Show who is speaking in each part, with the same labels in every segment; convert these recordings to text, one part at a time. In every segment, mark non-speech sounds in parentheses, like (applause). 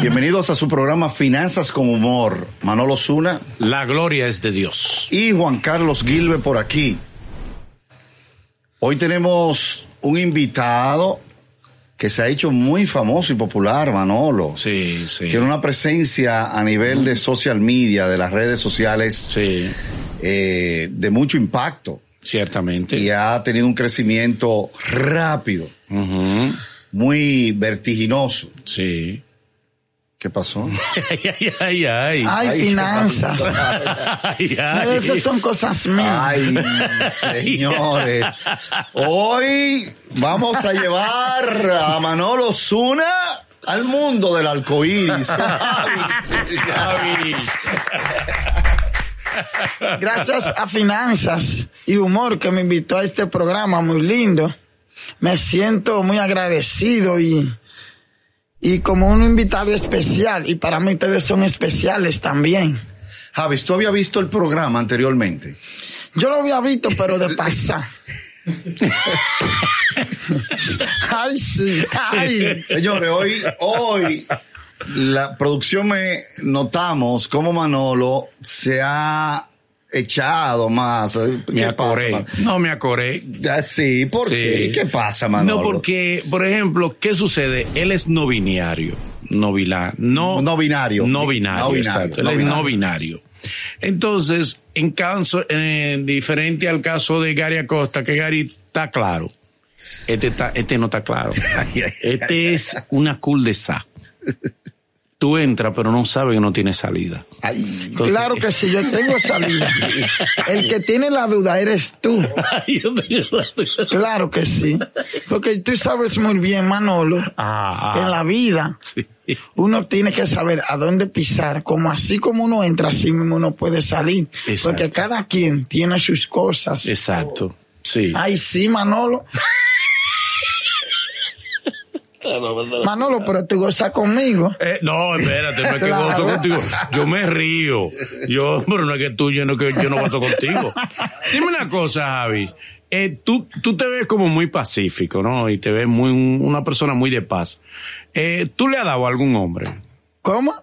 Speaker 1: Bienvenidos a su programa Finanzas con Humor. Manolo Zuna
Speaker 2: La gloria es de Dios.
Speaker 1: y Juan Carlos Gilbe por aquí. Hoy tenemos un invitado que se ha hecho muy famoso y popular, Manolo.
Speaker 2: Sí, sí.
Speaker 1: Tiene una presencia a nivel de social media, de las redes sociales,
Speaker 2: Sí,
Speaker 1: eh, de mucho impacto.
Speaker 2: ciertamente.
Speaker 1: Y ha tenido un crecimiento rápido,
Speaker 2: Ujú,
Speaker 1: muy vertiginoso.
Speaker 2: Sí.
Speaker 1: ¿Qué pasó?
Speaker 2: Ay, ay, ay, ay.
Speaker 3: Ay,
Speaker 1: Ay,
Speaker 3: finanzas.
Speaker 2: Ay, ay.
Speaker 3: No, Esas son cosas
Speaker 2: (laughs)
Speaker 3: mías.
Speaker 1: Ay, señores. Hoy vamos a llevar a Manolo Zuna al mundo del
Speaker 2: (laughs)
Speaker 1: arcoíris.
Speaker 2: Ay.
Speaker 3: Gracias a finanzas y humor que me invitó a este programa muy lindo. Me siento muy agradecido y, y como un invitado especial. Y para mí ustedes son especiales también.
Speaker 1: Javis, ¿tú habías visto el programa anteriormente?
Speaker 3: Yo lo había visto, pero de pasar. ay, sí, ay.
Speaker 1: Señores, hoy, hoy, la producción me notamos cómo Manolo se ha echado más. ¿Qué
Speaker 2: Me
Speaker 1: pasa,
Speaker 2: acoré.
Speaker 1: Man-
Speaker 2: No me acoré.
Speaker 1: Ah, Sí, ¿por
Speaker 2: Sí.
Speaker 1: qué? ¿Qué pasa, Manolo?
Speaker 2: No, porque, por ejemplo, ¿qué sucede? Él es no binario. No, bila- no,
Speaker 1: No binario.
Speaker 2: No binario,
Speaker 1: No binario,
Speaker 2: exacto. Él
Speaker 1: no
Speaker 2: es no
Speaker 1: binario.
Speaker 2: binario. Entonces, en caso, en- diferente al caso de Gary Acosta, que Gary está claro. Este, está, este no está
Speaker 1: (laughs)
Speaker 2: claro. Este es una cul de sa. Tú entras, pero no sabes que no tiene
Speaker 3: (laughs)
Speaker 2: salida.
Speaker 1: Ay,
Speaker 2: Entonces-
Speaker 3: claro que sí, yo tengo salida. El que tiene la duda eres tú.
Speaker 2: Yo te-
Speaker 3: Claro que sí. Porque tú sabes muy bien, Manolo,
Speaker 2: Ah, ah,
Speaker 3: que en la vida
Speaker 2: sí.
Speaker 3: uno tiene que saber a dónde pisar. Como así como uno entra, así mismo uno puede salir.
Speaker 2: Exacto.
Speaker 3: Porque cada quien tiene sus cosas.
Speaker 2: Exacto. Sí.
Speaker 3: Ay, sí, Manolo. Manolo, pero tú gozas conmigo.
Speaker 2: Eh, no, espérate, no es que
Speaker 3: Claro.
Speaker 2: gozo contigo. Yo me río. Yo, pero no es que tú, yo no, que yo no gozo contigo. Dime una cosa, Javi. Eh, tú, tú te ves como muy pacífico, ¿no? Y te ves muy un- una persona muy de paz. Eh, ¿Tú le has dado a algún hombre?
Speaker 3: ¿Cómo?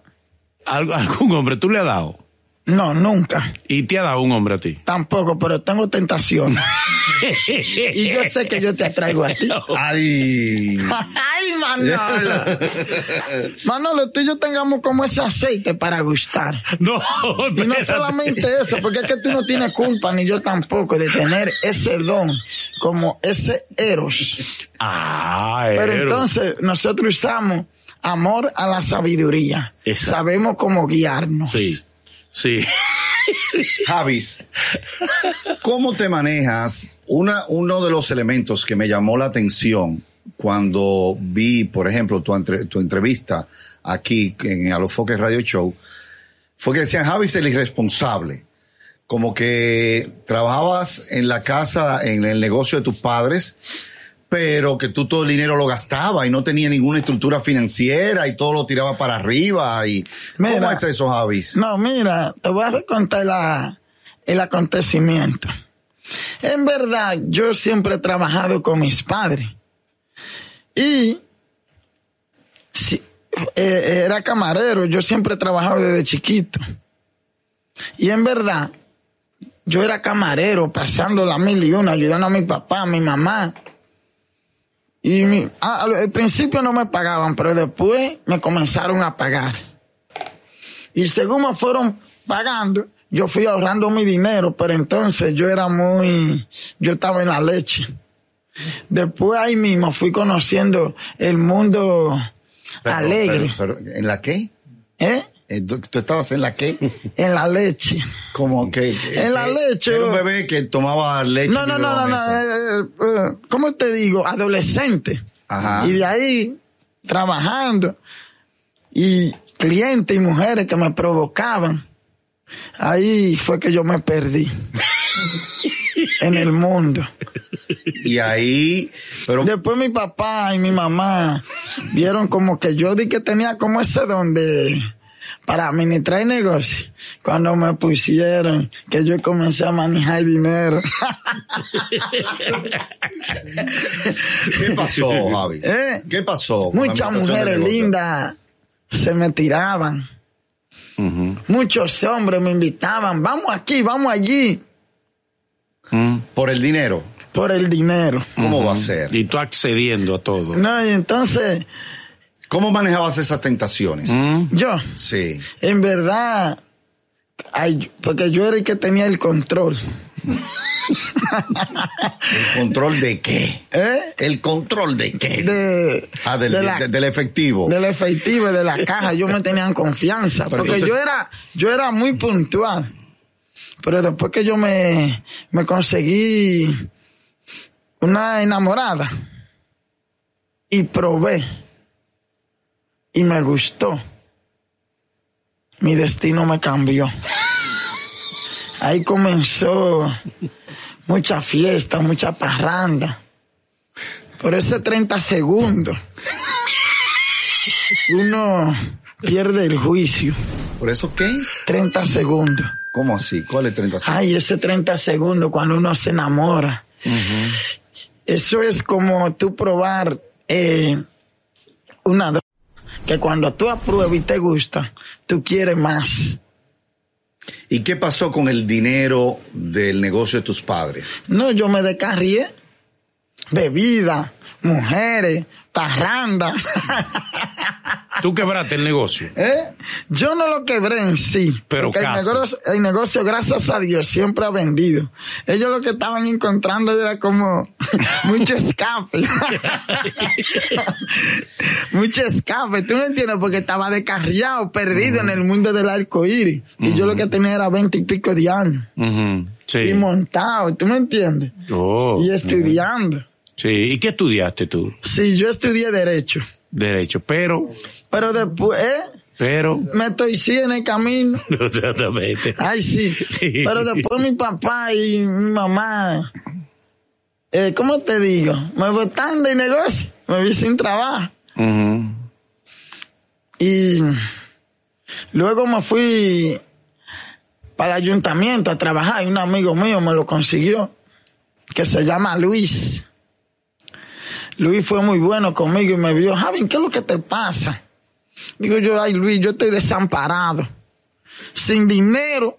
Speaker 2: Al- (laughs) ¿Algún hombre tú le has dado?
Speaker 3: No, nunca.
Speaker 2: ¿Y te ha dado un hombre a ti?
Speaker 3: Tampoco, pero tengo tentación. Y yo sé que yo te atraigo a ti.
Speaker 1: ay.
Speaker 3: Ay, Manolo. Manolo, tú y yo tengamos como ese aceite para gustar.
Speaker 2: No,
Speaker 3: Y no
Speaker 2: espérate.
Speaker 3: solamente eso, porque es que tú no tienes culpa, ni yo tampoco, de tener ese don, como ese eros.
Speaker 2: Ah,
Speaker 3: Pero
Speaker 2: Eros.
Speaker 3: entonces nosotros usamos amor a la sabiduría.
Speaker 2: Exacto.
Speaker 3: Sabemos cómo guiarnos.
Speaker 2: Sí, sí.
Speaker 1: Javis, ¿cómo te manejas? Una, uno de los elementos que me llamó la atención cuando vi, por ejemplo, tu, entre- tu entrevista aquí en Alofoque Radio Show, fue que decían Javis el irresponsable. Como que trabajabas en la casa, en el negocio de tus padres, pero que tú todo el dinero lo gastabas y no tenía ninguna estructura financiera y todo lo tiraba para arriba. Y... ¿Cómo
Speaker 3: Mira.
Speaker 1: es eso, Javis?
Speaker 3: No, mira, te voy a contar la, el acontecimiento. En verdad, yo siempre he trabajado con mis padres. Y si- eh, era camarero, yo siempre he trabajado desde chiquito. Y en verdad, yo era camarero, pasando la mil y una, ayudando a mi papá, a mi mamá. Y mi- a- al al principio no me pagaban, pero después me comenzaron a pagar. Y según me fueron pagando, yo fui ahorrando mi dinero, pero entonces yo era muy, yo estaba en la leche. Después ahí mismo fui conociendo el mundo
Speaker 1: Pero-
Speaker 3: alegre,
Speaker 1: pero- pero, ¿En la qué?
Speaker 3: ¿eh?
Speaker 1: Eh, ¿Tú, tú estabas en la qué?
Speaker 3: En la leche. (laughs)
Speaker 1: Como que. que-
Speaker 3: En la
Speaker 1: que
Speaker 3: leche.
Speaker 1: Era un bebé que tomaba leche.
Speaker 3: No, no, no, no, no,
Speaker 1: libremente.
Speaker 3: eh, eh, eh, ¿Cómo te digo? Adolescente.
Speaker 1: Ajá.
Speaker 3: Y de ahí, trabajando. y clientes y mujeres que me provocaban. Ahí fue que yo me
Speaker 1: (laughs)
Speaker 3: perdí en el mundo. eh,
Speaker 1: Y ahí, pero
Speaker 3: Después mi papá y mi mamá vieron como que yo di que tenía como ese don de para administrar el negocio. Cuando me pusieron que yo comencé a manejar dinero. (laughs)
Speaker 1: ¿qué pasó,
Speaker 3: (laughs)
Speaker 1: Javi?
Speaker 3: ¿Eh?
Speaker 1: ¿Qué pasó? con la
Speaker 3: Muchas
Speaker 1: administración de
Speaker 3: mujeres
Speaker 1: negocios?
Speaker 3: lindas se me tiraban. Muchos hombres me invitaban, vamos aquí, vamos allí,
Speaker 2: Mm.
Speaker 1: Por el dinero.
Speaker 3: por el dinero.
Speaker 1: ¿Cómo va a ser?
Speaker 2: Y tú accediendo a todo.
Speaker 3: No, y entonces
Speaker 1: ¿Cómo manejabas esas tentaciones?
Speaker 2: Mm.
Speaker 3: yo,
Speaker 1: Sí.
Speaker 3: en verdad, ay, porque yo era el que tenía el control.
Speaker 1: ¿El control de qué?
Speaker 3: ¿eh?
Speaker 1: ¿El control de qué?
Speaker 3: De,
Speaker 1: ah, del,
Speaker 3: de la-
Speaker 1: de- del efectivo.
Speaker 3: del efectivo, de la caja, yo me tenían confianza,
Speaker 1: Pero
Speaker 3: porque
Speaker 1: entonces-
Speaker 3: yo era, yo era muy puntual. Pero después que yo me, me conseguí una enamorada y probé y me gustó, mi destino me cambió. Ahí comenzó mucha fiesta, mucha parranda. Por ese 30 segundos uno pierde el juicio.
Speaker 1: ¿Por eso qué?
Speaker 3: 30 segundos.
Speaker 1: ¿Cómo así? ¿Cuál es 30 segundos?
Speaker 3: Ay, ese 30 segundos cuando uno se enamora. Eso es como tú probar eh, una droga. Que cuando tú apruebas y te gusta, tú quieres más.
Speaker 1: ¿Y qué pasó con el dinero del negocio de tus padres?
Speaker 3: No, yo me descarrié. Bebida, mujeres, parranda. (laughs)
Speaker 2: Tú quebraste el negocio.
Speaker 3: ¿Eh? Yo no lo quebré en sí.
Speaker 2: Pero
Speaker 3: porque el
Speaker 2: casi.
Speaker 3: negocio, el negocio, gracias a Dios, siempre ha vendido. Ellos lo que estaban encontrando era como (laughs) mucho escape. (laughs) mucho escape. ¿Tú me entiendes? Porque estaba descarriado, perdido en el mundo del arco iris. Y yo lo que tenía era veinte y pico de años.
Speaker 2: Ujú. Sí.
Speaker 3: Y montado, ¿tú me entiendes?
Speaker 2: Oh. mm,
Speaker 3: Y estudiando.
Speaker 2: Sí. ¿Y qué estudiaste tú?
Speaker 3: Sí, yo estudié Derecho.
Speaker 2: Derecho. Pero,
Speaker 3: Pero después, ¿eh?
Speaker 2: pero. (laughs)
Speaker 3: Me torcí en el camino.
Speaker 2: Exactamente.
Speaker 3: Ay, sí. Pero después mi papá y mi mamá, eh, ¿cómo te digo? Me botaron de negocio, me vi sin trabajo.
Speaker 2: Ujú.
Speaker 3: Y luego me fui para el ayuntamiento a trabajar y un amigo mío me lo consiguió, que se llama Luis. Luis fue muy bueno conmigo y me vio, Javi, ¿qué es lo que te pasa? Digo yo, ay Luis, yo estoy desamparado, sin dinero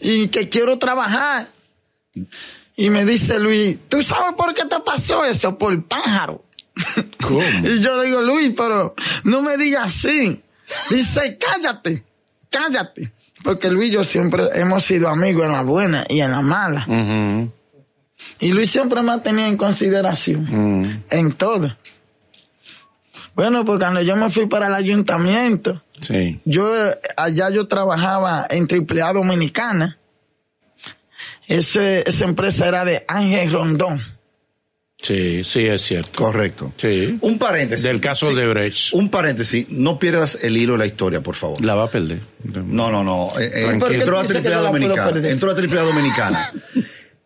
Speaker 3: y que quiero trabajar. Y me dice Luis, ¿tú sabes por qué te pasó eso? Por pájaro.
Speaker 2: ¿Cómo?
Speaker 3: Y yo le digo, Luis, pero no me digas así. Dice, cállate, cállate. Porque Luis y yo siempre hemos sido amigos en la buena y en la mala.
Speaker 2: Ujú.
Speaker 3: Y Luis siempre me ha tenido en consideración
Speaker 2: Ujú.
Speaker 3: en todo. Bueno, pues cuando yo me fui para el ayuntamiento,
Speaker 2: Sí.
Speaker 3: yo eh, allá yo trabajaba en AAA Dominicana. Ese- esa empresa era de Ángel Rondón.
Speaker 2: Sí, sí, es cierto.
Speaker 1: Correcto.
Speaker 2: Sí.
Speaker 1: Un paréntesis.
Speaker 2: Del caso de Brecht.
Speaker 1: Un paréntesis. No pierdas el hilo de la historia, por favor.
Speaker 2: La va a perder.
Speaker 1: No, no, no. Eh, eh,
Speaker 3: ¿Por qué
Speaker 1: entró a
Speaker 3: tú dices que
Speaker 1: AAA
Speaker 3: no la puedo
Speaker 1: Dominicana.
Speaker 3: perder?
Speaker 1: Entró a AAA
Speaker 3: (laughs)
Speaker 1: Dominicana.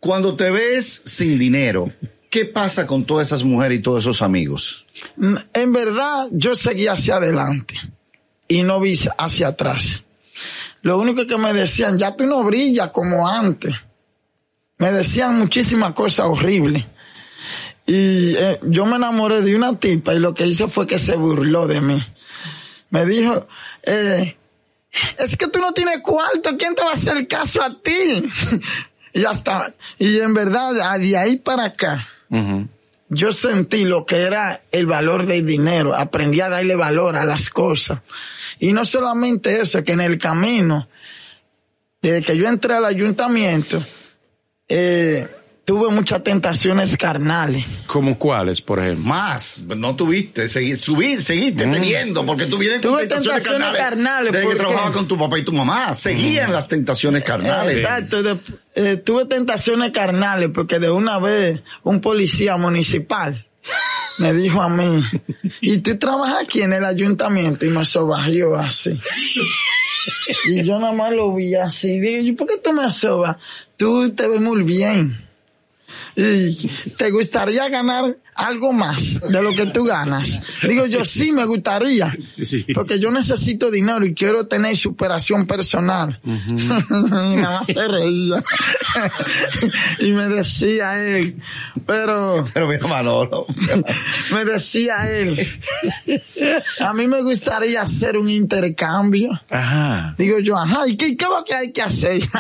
Speaker 1: Cuando te ves sin dinero, ¿qué pasa con todas esas mujeres y todos esos amigos?
Speaker 3: Mm, En verdad, yo seguí hacia adelante y no vi hacia atrás. Lo único que me decían, ya tú no brillas como antes. Me decían muchísimas cosas horribles. Y eh, yo me enamoré de una tipa y lo que hizo fue que se burló de mí. Me dijo, eh, es que tú no tienes cuarto, ¿quién te va a hacer caso a ti? (laughs) y ya está. Y en verdad, ah, de ahí para acá,
Speaker 2: Ujú.
Speaker 3: yo sentí lo que era el valor del dinero, aprendí a darle valor a las cosas. Y no solamente eso, que en el camino, desde que yo entré al ayuntamiento, eh, tuve muchas tentaciones carnales.
Speaker 2: ¿Cómo cuáles, por ejemplo?
Speaker 1: Más, no tuviste, segui- subí- seguiste teniendo, porque tú vienes con
Speaker 3: Mm. Tuve
Speaker 1: tentaciones,
Speaker 3: tentaciones
Speaker 1: carnales.
Speaker 3: carnales,
Speaker 1: desde que
Speaker 3: ¿por qué? Mm.
Speaker 1: trabajaba con tu papá y tu mamá, seguían las tentaciones carnales.
Speaker 3: Exacto, de- eh, tuve tentaciones carnales porque de una vez un policía municipal me dijo a mí, ¿y tú trabajas aquí en el ayuntamiento? Y me sobajó así. Y yo nada más lo vi así. Digo, ¿y por qué tú me sobas? Tú te ves muy bien. Y te gustaría ganar algo más de lo que tú ganas. Digo yo, sí, me gustaría.
Speaker 2: Sí.
Speaker 3: Porque yo necesito dinero y quiero tener superación personal. (laughs) y nada más se reía. (laughs) y me decía él, pero
Speaker 1: Pero mira, Manolo.
Speaker 3: me decía él, a mí me gustaría hacer un intercambio.
Speaker 2: (laughs) Ajá.
Speaker 3: Digo yo, ajá, ¿y qué, qué es lo que hay que hacer? (laughs)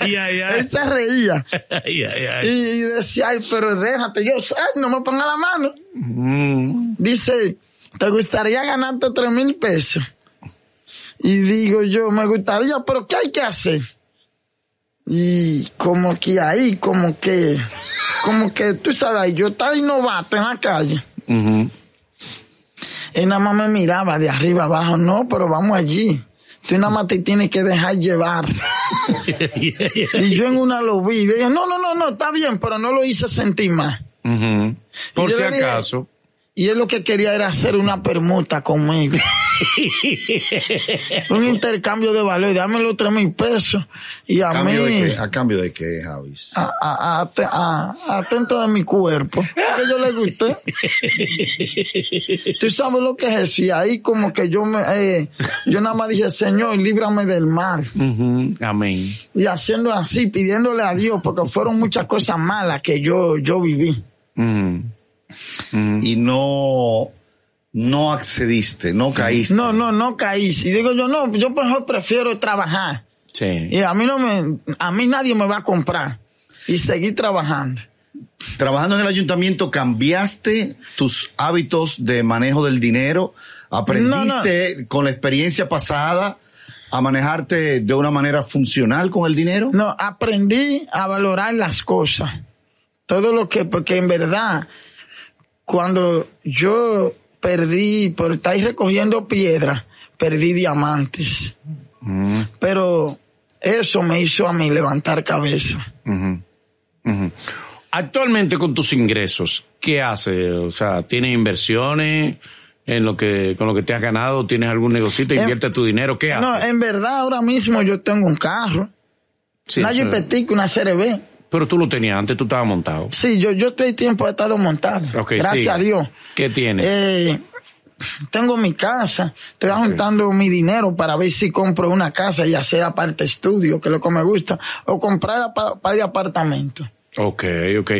Speaker 2: Ay, ay, ay.
Speaker 3: Él se reía.
Speaker 2: Ay, ay,
Speaker 3: Y,
Speaker 2: ay.
Speaker 3: y decía, ay, pero déjate, yo, ay, no me ponga la mano. Dice, ¿te gustaría ganarte tres mil pesos? Y digo yo, me gustaría, pero ¿qué hay que hacer? Y como que ahí, como que, como que tú sabes, yo estaba innovato en la calle.
Speaker 2: Ujú.
Speaker 3: Él nada más me miraba de arriba abajo, no, pero vamos allí. Tú nada más te tienes que dejar llevar. Y yo en una lo vi y dije, no, no, no, no, está bien, pero no lo hice sentir más.
Speaker 2: Ujú. Por
Speaker 3: Yo
Speaker 2: si
Speaker 3: le dije-
Speaker 2: acaso.
Speaker 3: Y él lo que quería era hacer una permuta conmigo. Un intercambio de valor, dame los tres mil pesos. Y
Speaker 1: ¿A
Speaker 3: a
Speaker 1: cambio, de
Speaker 3: mí,
Speaker 1: qué, ¿A cambio de qué, Javis?
Speaker 3: a- a- a- a- a- atento de mi cuerpo, porque yo le gusté. Tú sabes lo que es eso. Y ahí como que yo me, eh, yo nada más dije, Señor, líbrame del mal.
Speaker 2: Ujú. Amén.
Speaker 3: Y haciendo así, pidiéndole a Dios, porque fueron muchas cosas malas que yo, yo viví.
Speaker 2: Ujú.
Speaker 3: Mm.
Speaker 2: Ujú.
Speaker 1: Y no, no accediste, no caíste.
Speaker 3: No, no, no caí. Y digo yo, no, yo mejor prefiero trabajar.
Speaker 2: Sí.
Speaker 3: Y a mí no me, a mí nadie me va a comprar. Y seguí trabajando.
Speaker 1: Trabajando en el ayuntamiento, ¿cambiaste tus hábitos de manejo del dinero? ¿Aprendiste con la experiencia pasada a manejarte de una manera funcional con el dinero?
Speaker 3: No, aprendí a valorar las cosas. Todo lo que, porque en verdad, cuando yo perdí, por estar recogiendo piedras, perdí diamantes.
Speaker 2: Ujú.
Speaker 3: Pero eso me hizo a mí levantar cabeza.
Speaker 2: Ujú. Ujú. Actualmente con tus ingresos, ¿qué haces? O sea, ¿tienes inversiones en lo que con lo que te has ganado? ¿Tienes algún negocito?
Speaker 3: Em,
Speaker 2: ¿Invierte tu dinero? ¿Qué haces?
Speaker 3: No, en verdad ahora mismo yo tengo un carro,
Speaker 2: Sí,
Speaker 3: una
Speaker 2: o sea,
Speaker 3: Jeepetica, una CRB.
Speaker 2: pero tú lo tenías antes, tú estabas montado.
Speaker 3: Sí, yo, yo estoy tiempo he estado montado.
Speaker 2: Ok,
Speaker 3: Gracias
Speaker 2: sigue.
Speaker 3: a Dios.
Speaker 2: ¿Qué tienes?
Speaker 3: Eh, tengo mi casa, estoy
Speaker 2: Ok.
Speaker 3: juntando mi dinero para ver si compro una casa, ya sea aparte estudio, que es lo que me gusta, o comprar apa- par de apartamento.
Speaker 2: Ok, ok.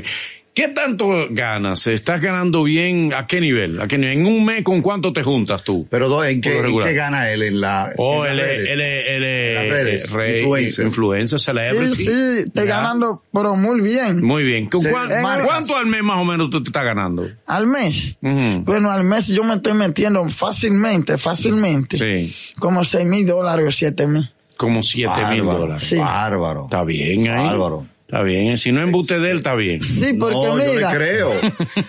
Speaker 2: ¿Qué tanto ganas? ¿Estás ganando bien? ¿A qué nivel? ¿A qué nivel? ¿En un mes con cuánto te juntas tú?
Speaker 1: Pero do- ¿en
Speaker 2: Por
Speaker 1: qué,
Speaker 2: lo
Speaker 1: en
Speaker 2: regular.
Speaker 1: qué gana él en la
Speaker 2: Oh,
Speaker 1: en
Speaker 2: él
Speaker 1: las
Speaker 2: es,
Speaker 1: redes?
Speaker 2: él es- él es-
Speaker 1: Las redes,
Speaker 2: eh, rey,
Speaker 1: influencer.
Speaker 2: influencer,
Speaker 3: Sí,
Speaker 2: celebrity.
Speaker 3: sí, estoy
Speaker 2: Ya.
Speaker 3: ganando, pero muy bien.
Speaker 2: Muy bien. ¿Cu-
Speaker 1: Sí,
Speaker 2: cuán-
Speaker 1: marcas.
Speaker 2: ¿Cuánto al mes más o menos tú te estás ganando?
Speaker 3: Al mes.
Speaker 2: Ujú.
Speaker 3: Bueno, al mes yo me estoy metiendo fácilmente, fácilmente.
Speaker 2: Sí.
Speaker 3: Como seis mil dólares o siete mil.
Speaker 2: Como 7 mil
Speaker 1: Bárbaro,
Speaker 2: dólares.
Speaker 3: Sí.
Speaker 1: Bárbaro.
Speaker 2: Está bien, ¿eh?
Speaker 1: Bárbaro.
Speaker 2: Está bien. ¿eh? Si no embute de él, está bien.
Speaker 3: Sí, porque
Speaker 1: no, yo le
Speaker 3: mira.
Speaker 1: creo.
Speaker 3: (laughs)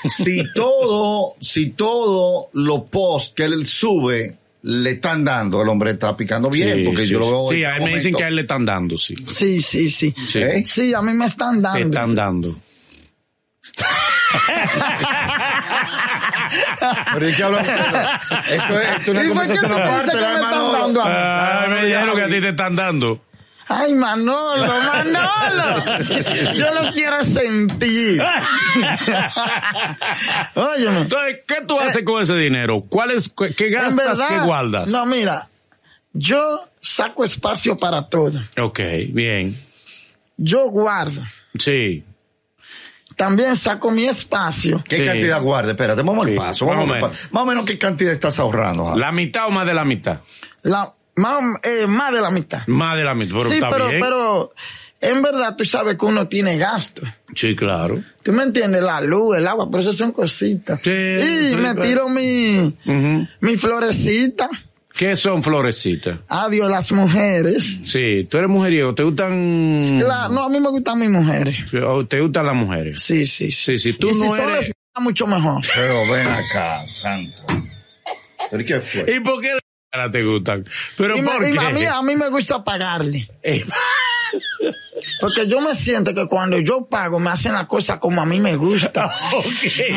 Speaker 1: si todo, si todo los posts que él sube le están dando, el hombre está picando bien,
Speaker 2: Sí,
Speaker 1: porque
Speaker 2: sí,
Speaker 1: yo lo veo.
Speaker 2: Sí,
Speaker 1: en
Speaker 2: a él
Speaker 1: este
Speaker 2: me dicen
Speaker 1: momento.
Speaker 2: que a él le están dando, sí.
Speaker 3: Sí, sí, sí.
Speaker 2: Sí.
Speaker 1: ¿Eh?
Speaker 3: Sí, a mí me están
Speaker 1: Ah,
Speaker 2: Te
Speaker 3: dando.
Speaker 2: están dando.
Speaker 1: Pero es que hablan ustedes. Esto es, esto es
Speaker 3: ¿Y
Speaker 1: una
Speaker 3: por
Speaker 1: conversación
Speaker 3: qué tú
Speaker 1: aparte,
Speaker 3: dices que
Speaker 1: la Ah,
Speaker 3: me están
Speaker 1: hermano.
Speaker 3: dando a mí?
Speaker 2: Ay, Ah, me dijeron que a ti te están dando.
Speaker 1: (laughs)
Speaker 2: (laughs)
Speaker 3: Ay, Manolo, Manolo. Yo lo
Speaker 2: (laughs)
Speaker 3: quiero sentir. Óyeme.
Speaker 2: Entonces, ¿qué tú haces con ese dinero? ¿Cuál es, cu- ¿Qué
Speaker 3: En
Speaker 2: gastas,
Speaker 3: verdad.
Speaker 2: qué guardas?
Speaker 3: No, mira. Yo saco espacio para todo.
Speaker 2: Ok, bien.
Speaker 3: Yo guardo.
Speaker 2: Sí.
Speaker 3: También saco mi espacio.
Speaker 1: ¿Qué
Speaker 2: Sí.
Speaker 1: cantidad guarda? Espérate, vamos
Speaker 2: Sí,
Speaker 1: al paso.
Speaker 2: más o
Speaker 1: Vamos al
Speaker 2: menos.
Speaker 1: paso. Más o menos qué cantidad estás ahorrando. Javi?
Speaker 2: La mitad o más de la mitad.
Speaker 3: La, más, eh, más de la mitad.
Speaker 2: Más de la mitad. Pero
Speaker 3: sí,
Speaker 2: está
Speaker 3: pero,
Speaker 2: bien.
Speaker 3: pero en verdad tú sabes que uno tiene gasto.
Speaker 2: Sí, claro.
Speaker 3: ¿Tú me entiendes? La luz, el agua, pero eso son cositas.
Speaker 2: Sí,
Speaker 3: y
Speaker 2: sí,
Speaker 3: me
Speaker 2: claro.
Speaker 3: tiro mi,
Speaker 2: Ujú.
Speaker 3: mi florecita.
Speaker 2: ¿Qué son florecitas?
Speaker 3: Adiós las mujeres.
Speaker 2: Sí, tú eres mujeriego. ¿Te gustan?
Speaker 3: Claro, no, a mí me gustan mis mujeres.
Speaker 2: ¿O ¿Te gustan las mujeres?
Speaker 3: Sí, sí, sí.
Speaker 2: Sí, sí. Tú
Speaker 3: y si
Speaker 2: no
Speaker 3: son
Speaker 2: eres.
Speaker 3: lesbianas, mucho mejor.
Speaker 1: Pero ven acá, santo. ¿Pero qué fue?
Speaker 2: ¿Y por qué las caras te gustan? Pero
Speaker 3: Y me-
Speaker 2: (laughs) ¿por
Speaker 3: y
Speaker 2: qué?
Speaker 3: a, mí, a mí me gusta pagarle.
Speaker 2: Eh,
Speaker 3: Porque yo me siento que cuando yo pago me hacen las cosas como a mí me gusta.
Speaker 2: (laughs) Ok.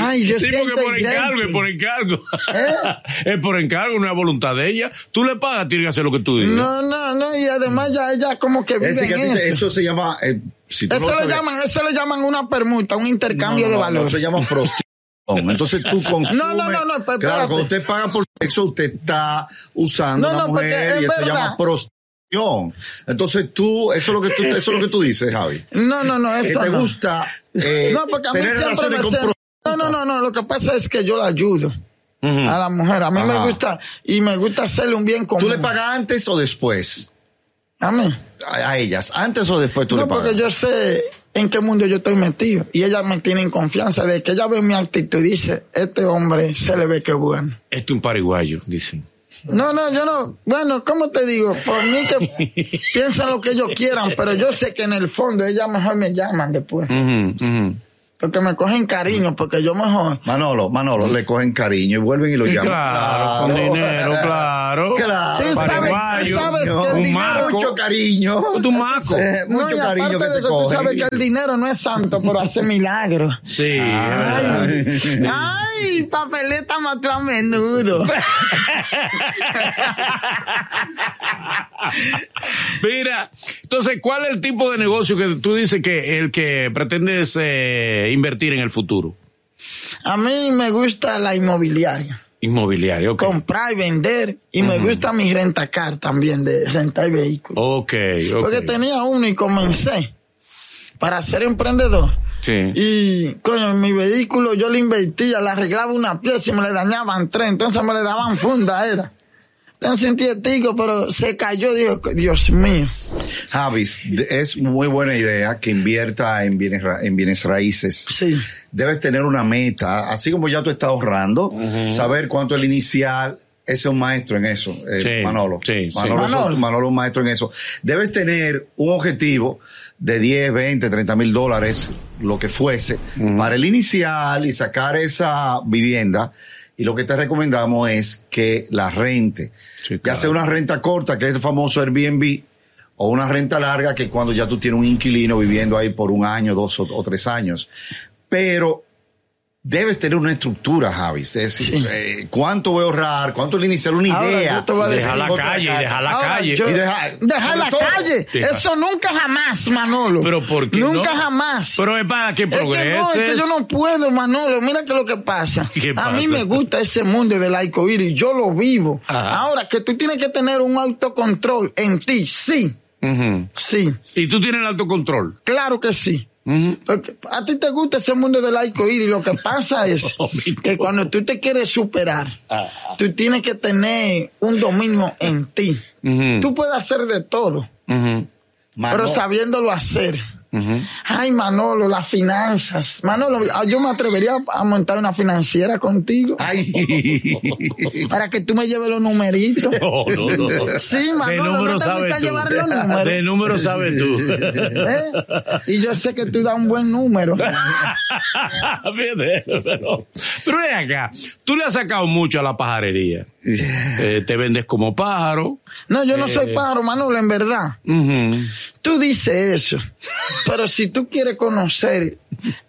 Speaker 3: Ay, yo
Speaker 2: sí, porque
Speaker 3: siento
Speaker 2: por
Speaker 3: el
Speaker 2: encargo,
Speaker 3: rating.
Speaker 2: es por encargo.
Speaker 3: ¿Eh?
Speaker 2: (laughs) es por encargo, no es voluntad de ella. Tú le pagas, tiene que hacer lo que tú digas.
Speaker 3: No, no, no, y además ya ella como que vive
Speaker 1: Es decir, que a ti
Speaker 3: en
Speaker 1: te-
Speaker 3: eso.
Speaker 1: eso se llama. eh, si tú
Speaker 3: Eso
Speaker 1: no
Speaker 3: lo
Speaker 1: sabes-
Speaker 3: llaman, eso lo llaman una permuta, un
Speaker 1: No,
Speaker 3: intercambio
Speaker 1: no,
Speaker 3: de
Speaker 1: no,
Speaker 3: valor.
Speaker 1: No, se llama prostitución. Entonces tú consumes.
Speaker 3: (laughs) No, no, no, no, espérate.
Speaker 1: Claro, cuando usted paga por sexo, usted está usando
Speaker 3: No,
Speaker 1: a una
Speaker 3: no, porque
Speaker 1: mujer
Speaker 3: es
Speaker 1: y eso se
Speaker 3: verdad.
Speaker 1: llama prostitución. Entonces tú, eso es lo que tú, eso es lo que tú dices, Javi.
Speaker 3: No, no, no,
Speaker 1: Que
Speaker 3: eso
Speaker 1: te
Speaker 3: no.
Speaker 1: Eh, gusta eh,
Speaker 3: (laughs) No, porque a mí
Speaker 1: tener
Speaker 3: siempre
Speaker 1: relaciones
Speaker 3: me
Speaker 1: con
Speaker 3: hacen-
Speaker 1: prostitutas.
Speaker 3: No, no, no, no, lo que pasa es que yo la ayudo a la mujer. A mí
Speaker 1: Ajá.
Speaker 3: me gusta y me gusta hacerle un bien común.
Speaker 1: ¿Tú le pagas antes o después?
Speaker 3: A mí.
Speaker 1: A, a ellas, antes o después tú le
Speaker 3: No,
Speaker 1: pagas.
Speaker 3: porque yo sé en qué mundo yo estoy metido y ella me tiene en confianza de que ella ve mi actitud y dice, este hombre se le ve que es bueno.
Speaker 2: Este es un pariguayo, dicen.
Speaker 3: No, no, yo no. Bueno, ¿cómo te digo? Por mí
Speaker 1: (laughs)
Speaker 3: que piensan lo que ellos quieran, pero yo sé que en el fondo ellas mejor me llaman después.
Speaker 2: Ujú, ujú.
Speaker 3: Porque me cogen cariño, porque yo mejor.
Speaker 1: Manolo, Manolo, le cogen cariño y vuelven y lo
Speaker 2: Sí,
Speaker 1: llaman.
Speaker 2: claro, con
Speaker 1: (laughs)
Speaker 2: dinero, claro.
Speaker 1: Claro,
Speaker 3: Tú sabes- tú
Speaker 2: pariguayo,
Speaker 3: sabes que el
Speaker 2: un
Speaker 3: dinero-
Speaker 2: marco.
Speaker 1: mucho cariño. (laughs)
Speaker 2: Tú maco.
Speaker 1: Eh, mucho
Speaker 3: No, y aparte
Speaker 1: cariño que
Speaker 3: de
Speaker 1: te
Speaker 3: eso, tú
Speaker 1: cogen.
Speaker 3: sabes que el dinero no es santo, pero hace milagros.
Speaker 2: Sí, es verdad.
Speaker 1: Ay.
Speaker 3: Ay, papeleta mató a menudo.
Speaker 2: Mira, entonces, ¿cuál es el tipo de negocio que tú dices que el que pretendes eh, invertir en el futuro?
Speaker 3: A mí me gusta la inmobiliaria.
Speaker 2: Inmobiliario, ok.
Speaker 3: Comprar y vender. Y me gusta mi rentacar también de rentar vehículos.
Speaker 2: Ok, ok.
Speaker 3: Porque tenía uno y comencé para ser emprendedor.
Speaker 2: Sí.
Speaker 3: Y coño, en mi vehículo yo le invertía, le arreglaba una pieza y me le dañaban tres, entonces me le daban funda, era. Entonces sentí el tico, pero se cayó, dijo, Dios mío.
Speaker 1: Javis, de- es muy buena idea que invierta en bienes, ra- en bienes raíces.
Speaker 3: Sí.
Speaker 1: Debes tener una meta, así como ya tú estás ahorrando, saber cuánto es el inicial. Ese es un maestro en eso, eh,
Speaker 2: Sí,
Speaker 1: Manolo.
Speaker 2: sí, sí.
Speaker 1: Manolo, es un-
Speaker 3: Manolo.
Speaker 1: Manolo es un maestro en eso. Debes tener un objetivo de 10, 20, 30 mil dólares, lo que fuese, para el inicial y sacar esa vivienda. Y lo que te recomendamos es que la rente.
Speaker 2: Sí,
Speaker 1: Ya
Speaker 2: claro.
Speaker 1: sea una renta corta, que es el famoso Airbnb, o una renta larga, que es cuando ya tú tienes un inquilino viviendo ahí por un año, dos o, o tres años. Pero debes tener una estructura, Javis. Es decir,
Speaker 3: Sí.
Speaker 1: eh, ¿cuánto voy a ahorrar? ¿Cuánto le iniciar una
Speaker 3: Ahora,
Speaker 1: idea?
Speaker 3: yo te voy a
Speaker 2: Deja
Speaker 3: decir
Speaker 2: la
Speaker 1: otra
Speaker 2: calle,
Speaker 1: casa.
Speaker 2: deja la
Speaker 3: Ahora,
Speaker 2: calle.
Speaker 3: yo-
Speaker 1: Y deja-
Speaker 3: dejar
Speaker 1: sobre
Speaker 3: la
Speaker 1: todo-
Speaker 3: calle.
Speaker 2: Deja-
Speaker 3: Eso nunca jamás, Manolo.
Speaker 2: Pero ¿por qué
Speaker 3: Nunca
Speaker 2: no?
Speaker 3: jamás.
Speaker 2: Pero es para que
Speaker 3: Es que no,
Speaker 2: progreses.
Speaker 3: es que yo no puedo, Manolo. Mira que lo que pasa.
Speaker 2: ¿Qué
Speaker 3: A mí
Speaker 2: pasa?
Speaker 3: me gusta ese mundo del laico iris. Yo lo vivo.
Speaker 2: Ajá.
Speaker 3: Ahora que tú tienes que tener un autocontrol en ti. Sí,
Speaker 2: Ujú.
Speaker 3: sí.
Speaker 2: Y tú tienes el autocontrol.
Speaker 3: Claro que sí.
Speaker 2: Ujú.
Speaker 3: Porque a ti te gusta ese mundo del arco iris. Lo que
Speaker 2: (laughs)
Speaker 3: pasa es
Speaker 2: Oh, mi
Speaker 3: que cuando tú te quieres superar,
Speaker 2: Ajá.
Speaker 3: tú tienes que tener un dominio en ti.
Speaker 2: Ujú.
Speaker 3: Tú puedes hacer de todo,
Speaker 2: Ujú.
Speaker 1: Manolo,
Speaker 3: pero sabiéndolo hacer.
Speaker 2: Ujú.
Speaker 3: Ay, Manolo, las finanzas. Manolo, ah, yo me atrevería a montar una financiera contigo
Speaker 1: Ay. (laughs)
Speaker 3: para que tú me lleves los numeritos.
Speaker 2: No, no, no.
Speaker 3: Sí,
Speaker 2: (laughs)
Speaker 3: Manolo,
Speaker 2: de número
Speaker 3: no te
Speaker 2: sabes
Speaker 3: gusta
Speaker 2: tú.
Speaker 3: llevar los números.
Speaker 2: De número sabes (laughs) tú.
Speaker 3: ¿eh? Y yo sé que tú das un buen número.
Speaker 2: Fíjate, pero, pero ven acá, tú le has sacado mucho a la pajarería. Eh, te vendes como pájaro.
Speaker 3: No, yo no soy pájaro, Manolo, en verdad.
Speaker 2: Ujú.
Speaker 3: Tú dices eso, pero si tú quieres conocer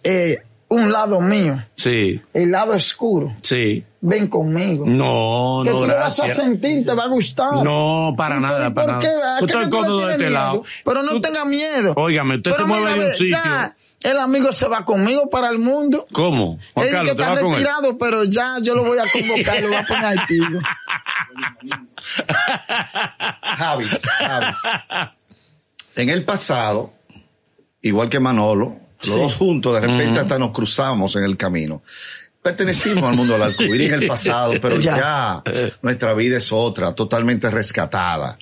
Speaker 3: eh, un lado mío,
Speaker 2: Sí,
Speaker 3: el lado oscuro,
Speaker 2: sí.
Speaker 3: ven conmigo.
Speaker 2: No,
Speaker 3: que
Speaker 2: no,
Speaker 3: tú lo vas a
Speaker 2: gracias.
Speaker 3: sentir, te va a gustar.
Speaker 2: No, para
Speaker 3: ¿Y por-
Speaker 2: nada,
Speaker 3: y
Speaker 2: para
Speaker 3: ¿Por qué?
Speaker 2: nada.
Speaker 3: ¿A
Speaker 2: Yo
Speaker 3: qué
Speaker 2: estoy
Speaker 3: tú le
Speaker 2: cómodo de
Speaker 3: tienes
Speaker 2: este
Speaker 3: miedo?
Speaker 2: lado.
Speaker 3: Pero no
Speaker 2: Tú-
Speaker 3: tenga miedo.
Speaker 2: Óigame, usted
Speaker 3: Pero
Speaker 2: se mueve
Speaker 3: mira,
Speaker 2: de un
Speaker 3: ve,
Speaker 2: sitio.
Speaker 3: ya el amigo se va conmigo para el mundo.
Speaker 2: ¿Cómo? Juan
Speaker 3: Él que
Speaker 2: Carlos, te
Speaker 3: está
Speaker 2: vas con él.
Speaker 3: retirado, pero ya yo
Speaker 2: (laughs)
Speaker 3: lo voy a convocar, lo voy a poner al tiro.
Speaker 1: Javis, Javis. En el pasado, igual que Manolo, los
Speaker 3: Sí.
Speaker 1: dos juntos, de repente hasta nos cruzamos en el camino. Pertenecimos al mundo del arcoíris
Speaker 3: (laughs)
Speaker 1: en el pasado, pero ya.
Speaker 3: Ya.
Speaker 1: nuestra vida es otra, totalmente rescatada.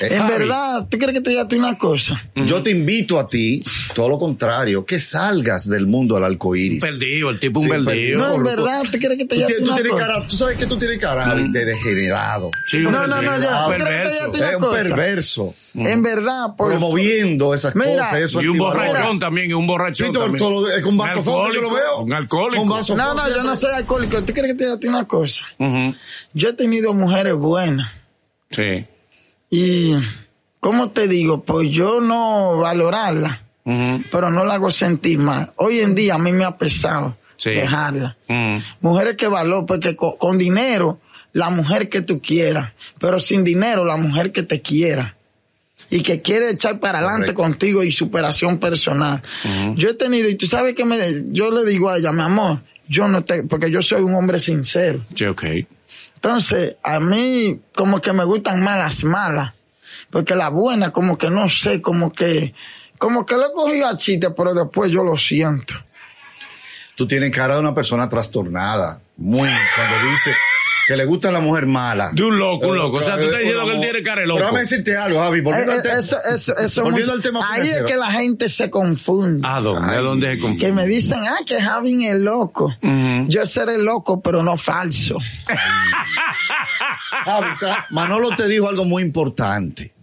Speaker 1: Eh,
Speaker 3: En
Speaker 2: Javi.
Speaker 3: verdad, ¿tú crees que te diga a ti una cosa?
Speaker 1: Yo te invito a ti, todo lo contrario, que salgas del mundo del arcoíris.
Speaker 2: Perdido, el tipo
Speaker 1: Sí,
Speaker 2: un
Speaker 1: perdido.
Speaker 2: perdido.
Speaker 3: No, en
Speaker 1: por-
Speaker 3: verdad, ¿tú crees que
Speaker 1: Tú,
Speaker 3: te diga a ti
Speaker 1: tienes- tú
Speaker 3: una
Speaker 1: tienes
Speaker 3: cosa?
Speaker 1: cara, tú sabes que tú tienes cara Javi, de degenerado.
Speaker 2: Sí, un
Speaker 3: No, no, no,
Speaker 2: perdido.
Speaker 3: ya.
Speaker 2: Un
Speaker 3: Creo que
Speaker 2: perverso.
Speaker 3: ya tú-
Speaker 1: Es un
Speaker 3: cosa.
Speaker 1: perverso.
Speaker 3: En verdad, por
Speaker 1: promoviendo esas
Speaker 3: Mira,
Speaker 1: cosas. Eso
Speaker 2: Y un
Speaker 1: antivalores.
Speaker 2: borrachón también, y un
Speaker 1: Sí,
Speaker 2: borrachón.
Speaker 1: todo-
Speaker 2: también.
Speaker 1: todo- eh, con
Speaker 2: Un
Speaker 1: vaso fondo, yo lo
Speaker 2: alcohólico,
Speaker 1: veo.
Speaker 2: Un alcohólico.
Speaker 1: Con vaso
Speaker 3: No, no, yo no soy alcohólico. ¿Tú crees que te diga a ti una cosa?
Speaker 2: Ujú.
Speaker 3: Yo he tenido mujeres buenas
Speaker 2: Sí.
Speaker 3: y ¿cómo te digo? Pues yo no valorarla,
Speaker 2: Ujú,
Speaker 3: pero no la hago sentir mal. Hoy en día a mí me ha pesado
Speaker 2: Sí.
Speaker 3: dejarla.
Speaker 2: ujú.
Speaker 3: Mujeres que valor, porque co- con, dinero, la mujer que tú quieras, pero sin dinero, la mujer que te quiera y que quiere echar para adelante
Speaker 1: Correcto.
Speaker 3: contigo y superación personal. Yo he tenido, y tú sabes que me, yo le digo a ella, mi amor, yo no te, porque yo soy un hombre sincero.
Speaker 2: Sí, ok.
Speaker 3: Entonces, a mí como que me gustan más las malas, porque las buenas como que no sé, como que, como que lo he cogido a chiste, pero después yo lo siento.
Speaker 1: Tú tienes cara de una persona trastornada. Muy, cuando dices que le gusta la mujer mala.
Speaker 2: De un loco, un
Speaker 1: Pero-
Speaker 2: loco. O sea, tú
Speaker 1: pero-
Speaker 2: estás diciendo que él
Speaker 1: pero-
Speaker 2: tiene cara de loco.
Speaker 1: Pero déjame decirte algo, Javi. Volviendo,
Speaker 3: Eh,
Speaker 1: al,
Speaker 3: eh,
Speaker 1: tema-
Speaker 3: eso, eso, eso
Speaker 1: volviendo
Speaker 3: mucho-
Speaker 1: al tema
Speaker 3: Ahí es
Speaker 1: financiero.
Speaker 3: que la gente se confunde.
Speaker 2: ¿A dónde? ¿A
Speaker 1: Ay.
Speaker 2: dónde se Ah, confunde?
Speaker 3: Que me dicen, ah, que Javin es loco.
Speaker 2: Ujú.
Speaker 3: Yo seré loco, pero no falso.
Speaker 1: Javi, Ah, o sea, Manolo te dijo algo muy importante.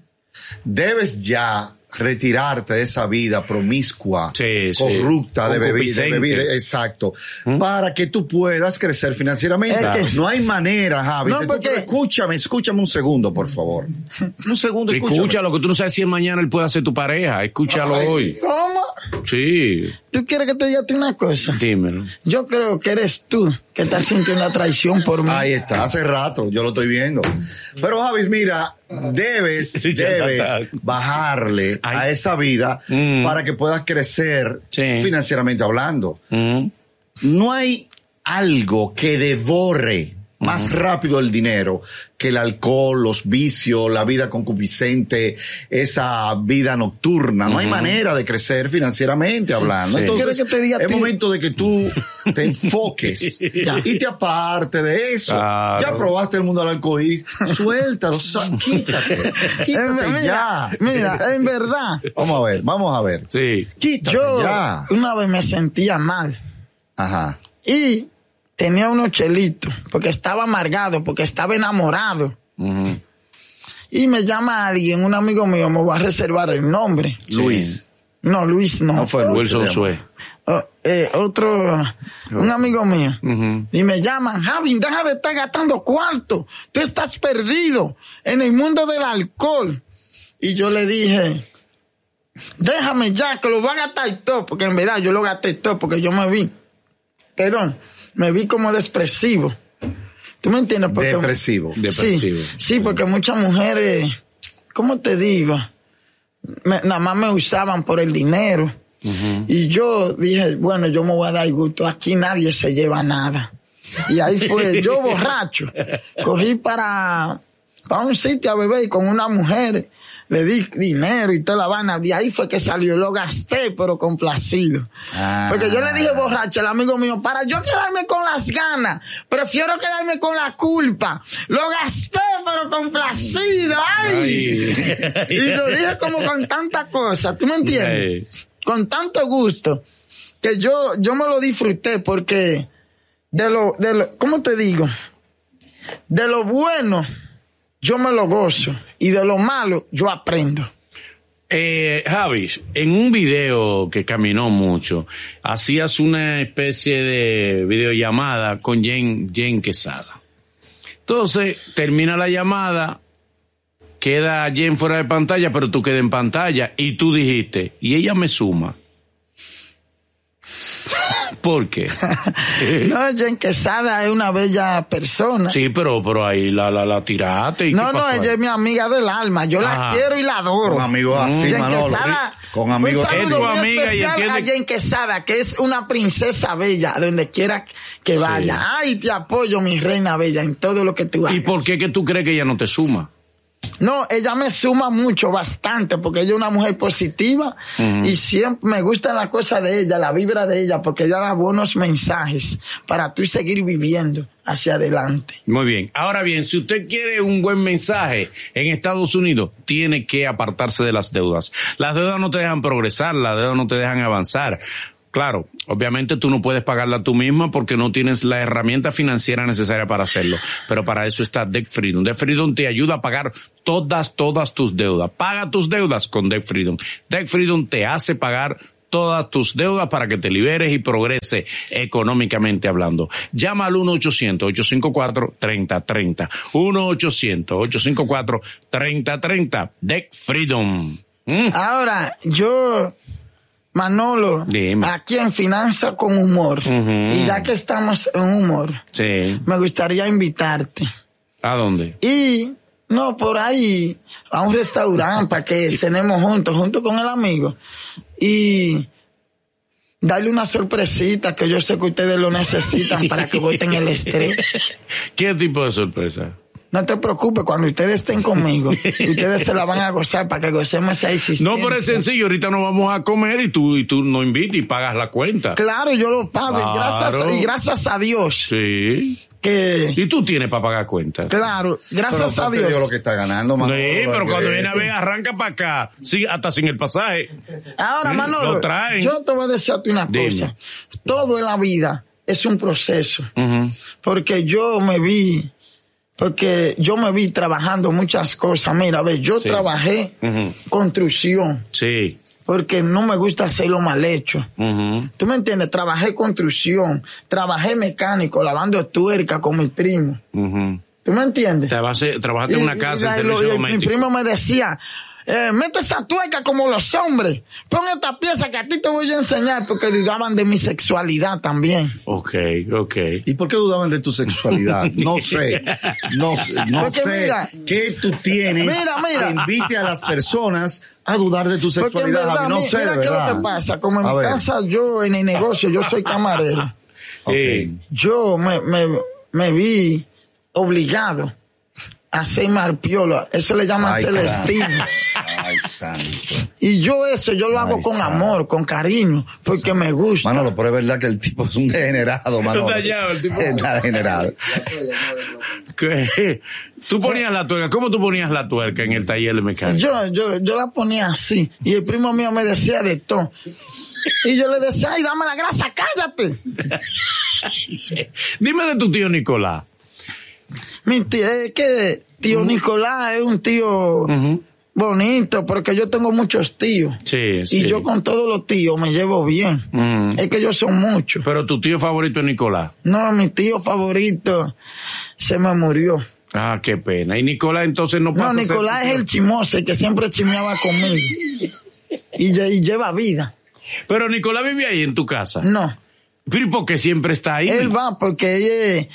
Speaker 1: Debes ya retirarte de esa vida promiscua,
Speaker 2: Sí, ¿Mm? sí.
Speaker 1: corrupta de bebi- de
Speaker 2: Concupiscente.
Speaker 1: bebida, exacto, para que tú puedas crecer financieramente.
Speaker 3: Es que-
Speaker 1: No hay manera, Javi.
Speaker 3: No,
Speaker 1: de tú-
Speaker 3: porque-
Speaker 1: pero escúchame, escúchame un segundo, por favor. Un segundo, escúchame.
Speaker 2: Escúchalo, que tú no sabes si mañana él puede hacer tu pareja. Escúchalo
Speaker 1: Ay.
Speaker 2: hoy.
Speaker 3: ¿Cómo?
Speaker 2: Sí,
Speaker 3: ¿Tú quieres que te diga a ti una cosa?
Speaker 2: dímelo.
Speaker 3: Yo creo que eres tú que estás sintiendo una traición por mí.
Speaker 1: Ahí está, hace rato, yo lo estoy viendo. Pero Javis, mira, debes,
Speaker 2: Sí, ya
Speaker 1: debes
Speaker 2: está.
Speaker 1: bajarle
Speaker 2: Ay.
Speaker 1: a esa vida
Speaker 2: Mm.
Speaker 1: para que puedas crecer
Speaker 2: Sí.
Speaker 1: financieramente hablando.
Speaker 2: Ujú.
Speaker 1: No hay algo que devore más rápido el dinero que el alcohol, los vicios, la vida concupiscente, esa vida nocturna. No hay manera de crecer financieramente hablando.
Speaker 2: Sí.
Speaker 1: Entonces,
Speaker 3: ¿Quieres que te diga a
Speaker 1: es
Speaker 3: ti?
Speaker 1: momento de que tú
Speaker 3: (laughs)
Speaker 1: te enfoques y te aparte de eso.
Speaker 2: Claro.
Speaker 1: Ya probaste el mundo del alcohol, suéltalo,
Speaker 3: (laughs)
Speaker 1: sa- quítate,
Speaker 3: En-
Speaker 1: quítate
Speaker 3: Eh, mira,
Speaker 1: ya.
Speaker 3: mira, en verdad,
Speaker 1: Vamos a ver, vamos a ver.
Speaker 2: Sí.
Speaker 1: Quítate
Speaker 3: yo
Speaker 1: ya.
Speaker 3: una vez me sentía mal.
Speaker 1: Ajá.
Speaker 3: y tenía unos chelitos porque estaba amargado, porque estaba enamorado.
Speaker 2: Ujú.
Speaker 3: Y me llama alguien, un amigo mío, me voy a reservar el nombre.
Speaker 1: Luis.
Speaker 3: No, Luis no.
Speaker 1: No fue Luis.
Speaker 2: Wilson
Speaker 1: se llama.
Speaker 2: Sue.
Speaker 3: Oh, eh, otro, un amigo mío.
Speaker 2: Oh. Ujú.
Speaker 3: Y me llaman, Javi, deja de estar gastando cuarto. Tú estás perdido en el mundo del alcohol. Y yo le dije, déjame ya, que lo voy a gastar todo. Porque en verdad yo lo gasté todo porque yo me vi, perdón, me vi como depresivo. ¿Tú me entiendes? Porque-
Speaker 1: Depresivo.
Speaker 2: Depresivo.
Speaker 3: Sí, sí, porque muchas mujeres, ¿cómo te digo? Me- nada más me usaban por el dinero. Y yo dije, bueno, yo me voy a dar el gusto, aquí nadie se lleva nada. Y ahí fue, yo borracho, corrí para, para un sitio a beber y con una mujer, le di dinero y toda la vaina, de ahí fue que salió, lo gasté, pero complacido.
Speaker 1: Ah.
Speaker 3: Porque yo le dije borracho al amigo mío, para yo quedarme con las ganas, prefiero quedarme con la culpa. Lo gasté, pero complacido, ay. (laughs) Y lo dije como con tanta cosa, ¿tú me entiendes?
Speaker 2: Ey.
Speaker 3: con tanto gusto que yo, yo me lo disfruté porque de lo, de lo, ¿cómo te digo? De lo bueno yo me lo gozo y de lo malo yo aprendo.
Speaker 2: Eh, Javis, en un video que caminó mucho, hacías una especie de videollamada con Jen, Jen Quesada. Entonces, termina la llamada, queda Jen fuera de pantalla, pero tú quedas en pantalla y tú dijiste, y ella me suma. (laughs) ¿Por qué?
Speaker 3: No, Jen Quesada es una bella persona.
Speaker 2: Sí, pero, pero ahí la, la, la tiraste y ¿qué
Speaker 3: no, no,
Speaker 2: pasó ahí?
Speaker 3: ella es mi amiga del alma. Yo la
Speaker 2: Ajá.
Speaker 3: quiero y la adoro.
Speaker 1: Con amigos así,
Speaker 3: Jen
Speaker 1: Manolo.
Speaker 3: Quesada,
Speaker 1: Con amigos
Speaker 2: Es
Speaker 3: un
Speaker 1: así.
Speaker 2: tu
Speaker 3: saludo muy
Speaker 2: amiga y
Speaker 3: especial
Speaker 2: entiende-
Speaker 3: a Jen Quesada, que es una princesa bella, donde quiera que vaya. Ay, te apoyo, mi reina bella, en todo lo que tú hagas.
Speaker 2: ¿Y por qué que tú crees que ella no te suma?
Speaker 3: No, ella me suma mucho, bastante, porque ella es una mujer positiva y siempre me gusta la cosa de ella, la vibra de ella, porque ella da buenos mensajes para tú seguir viviendo hacia adelante.
Speaker 2: Muy bien. Ahora bien, si usted quiere un buen mensaje en Estados Unidos, tiene que apartarse de las deudas. Las deudas no te dejan progresar, las deudas no te dejan avanzar. Claro, obviamente tú no puedes pagarla tú misma porque no tienes la herramienta financiera necesaria para hacerlo. Pero para eso está Debt Freedom. Debt Freedom te ayuda a pagar todas, todas tus deudas. Paga tus deudas con Debt Freedom. Debt Freedom te hace pagar todas tus deudas para que te liberes y progreses económicamente hablando. Llama al 1-800-854-3030. 1-800-854-3030. Deck Freedom. Mm.
Speaker 3: Ahora, yo, Manolo,
Speaker 2: Dime.
Speaker 3: aquí en Finanza con Humor,
Speaker 2: Ujú.
Speaker 3: y ya que estamos en humor,
Speaker 2: Sí.
Speaker 3: me gustaría invitarte.
Speaker 2: ¿A dónde?
Speaker 3: Y, no, por ahí, a un restaurante para que cenemos juntos, junto con el amigo. Y darle una sorpresita que yo sé que ustedes lo necesitan para que boten el estrés.
Speaker 2: ¿Qué tipo de sorpresa?
Speaker 3: No te preocupes, cuando ustedes estén conmigo, ustedes se la van a gozar para que gocemos esa existencia.
Speaker 2: No, pero es sencillo. Ahorita nos vamos a comer y tú, y tú nos invitas y pagas la cuenta.
Speaker 3: Claro, yo lo pago. Y,
Speaker 2: Claro.
Speaker 3: gracias, y gracias a Dios
Speaker 2: Sí.
Speaker 3: que...
Speaker 2: Y tú tienes para pagar cuentas.
Speaker 3: Claro, gracias
Speaker 1: Pero
Speaker 3: a
Speaker 1: aparte
Speaker 3: Dios.
Speaker 1: yo lo que está ganando,
Speaker 2: Sí,
Speaker 1: Manolo, lo
Speaker 2: pero
Speaker 1: que-
Speaker 2: cuando viene a ver, arranca para acá, sí, hasta sin el pasaje.
Speaker 3: Ahora,
Speaker 2: Mm,
Speaker 3: Manolo,
Speaker 2: lo traen.
Speaker 3: yo te voy a decirte una
Speaker 2: Dime.
Speaker 3: cosa. Todo en la vida es un proceso. Porque yo me vi, porque yo me vi trabajando muchas cosas. Mira, a ver, yo
Speaker 2: Sí.
Speaker 3: trabajé
Speaker 2: Ujú.
Speaker 3: construcción,
Speaker 2: Sí.
Speaker 3: porque no me gusta hacerlo mal hecho.
Speaker 2: Ujú.
Speaker 3: ¿Tú me entiendes? Trabajé construcción, trabajé mecánico, lavando tuerca con mi primo.
Speaker 2: Ujú.
Speaker 3: ¿Tú me entiendes?
Speaker 2: Trabajaste- trabajaste en
Speaker 3: Y-
Speaker 2: una
Speaker 3: y-
Speaker 2: casa
Speaker 3: y-
Speaker 2: en servicio
Speaker 3: y- y Mi
Speaker 2: doméstico.
Speaker 3: primo me decía, eh, mete esa tuerca como los hombres. Pon esta pieza que a ti te voy a enseñar porque dudaban de mi sexualidad también.
Speaker 2: Ok, ok.
Speaker 1: ¿Y por qué dudaban de tu
Speaker 2: (laughs)
Speaker 1: sexualidad? No sé. No, sé- no
Speaker 3: Porque
Speaker 1: sé
Speaker 3: mira-
Speaker 1: qué tú tienes
Speaker 3: Mira, mira.
Speaker 1: que invite a las personas a dudar de tu
Speaker 3: Porque en
Speaker 1: sexualidad.
Speaker 3: verdad,
Speaker 1: Javi. no
Speaker 3: mi-
Speaker 1: sé,
Speaker 3: mira
Speaker 1: de
Speaker 3: qué es
Speaker 1: verdad.
Speaker 3: lo que pasa. Como en
Speaker 1: A
Speaker 3: mi
Speaker 1: ver.
Speaker 3: casa, yo en el negocio, yo soy camarero.
Speaker 1: Ok.
Speaker 2: Eh,
Speaker 3: Yo me, me- me vi obligado a hacer marpiola. Eso le llaman
Speaker 1: Ay,
Speaker 3: celestino.
Speaker 1: Ay, santo.
Speaker 3: Y yo eso, yo lo hago
Speaker 1: Ay,
Speaker 3: con
Speaker 1: santo.
Speaker 3: amor, con cariño, porque me gusta.
Speaker 1: Manolo, pero es verdad que el tipo es un degenerado, Manolo.
Speaker 2: dañado, el tipo.
Speaker 1: (laughs) Está degenerado.
Speaker 2: ¿qué? (laughs) Tú ponías la tuerca. ¿Cómo tú ponías la tuerca en el taller de mecánico?
Speaker 3: Yo, yo, yo la ponía así. Y el primo mío me decía de todo. Y yo le decía, ay, dame la grasa, cállate.
Speaker 2: Dime de tu tío Nicolás.
Speaker 3: Mi tío, es que tío Nicolás es un tío bonito, porque yo tengo muchos tíos.
Speaker 2: Sí, sí.
Speaker 3: Y yo con todos los tíos me llevo bien.
Speaker 2: Ujú.
Speaker 3: Es que ellos son muchos.
Speaker 2: Pero tu tío favorito es Nicolás.
Speaker 3: No, mi tío favorito se me murió.
Speaker 2: Ah, qué pena. Y Nicolás entonces no
Speaker 3: No,
Speaker 2: pasa. a ser-
Speaker 3: Nicolás es el chimoso, el que siempre chimeaba conmigo. Y, lle- y lleva vida.
Speaker 2: Pero Nicolás vive ahí en tu casa.
Speaker 3: No.
Speaker 2: Pero ¿y por qué siempre está ahí?
Speaker 3: Él va porque él es,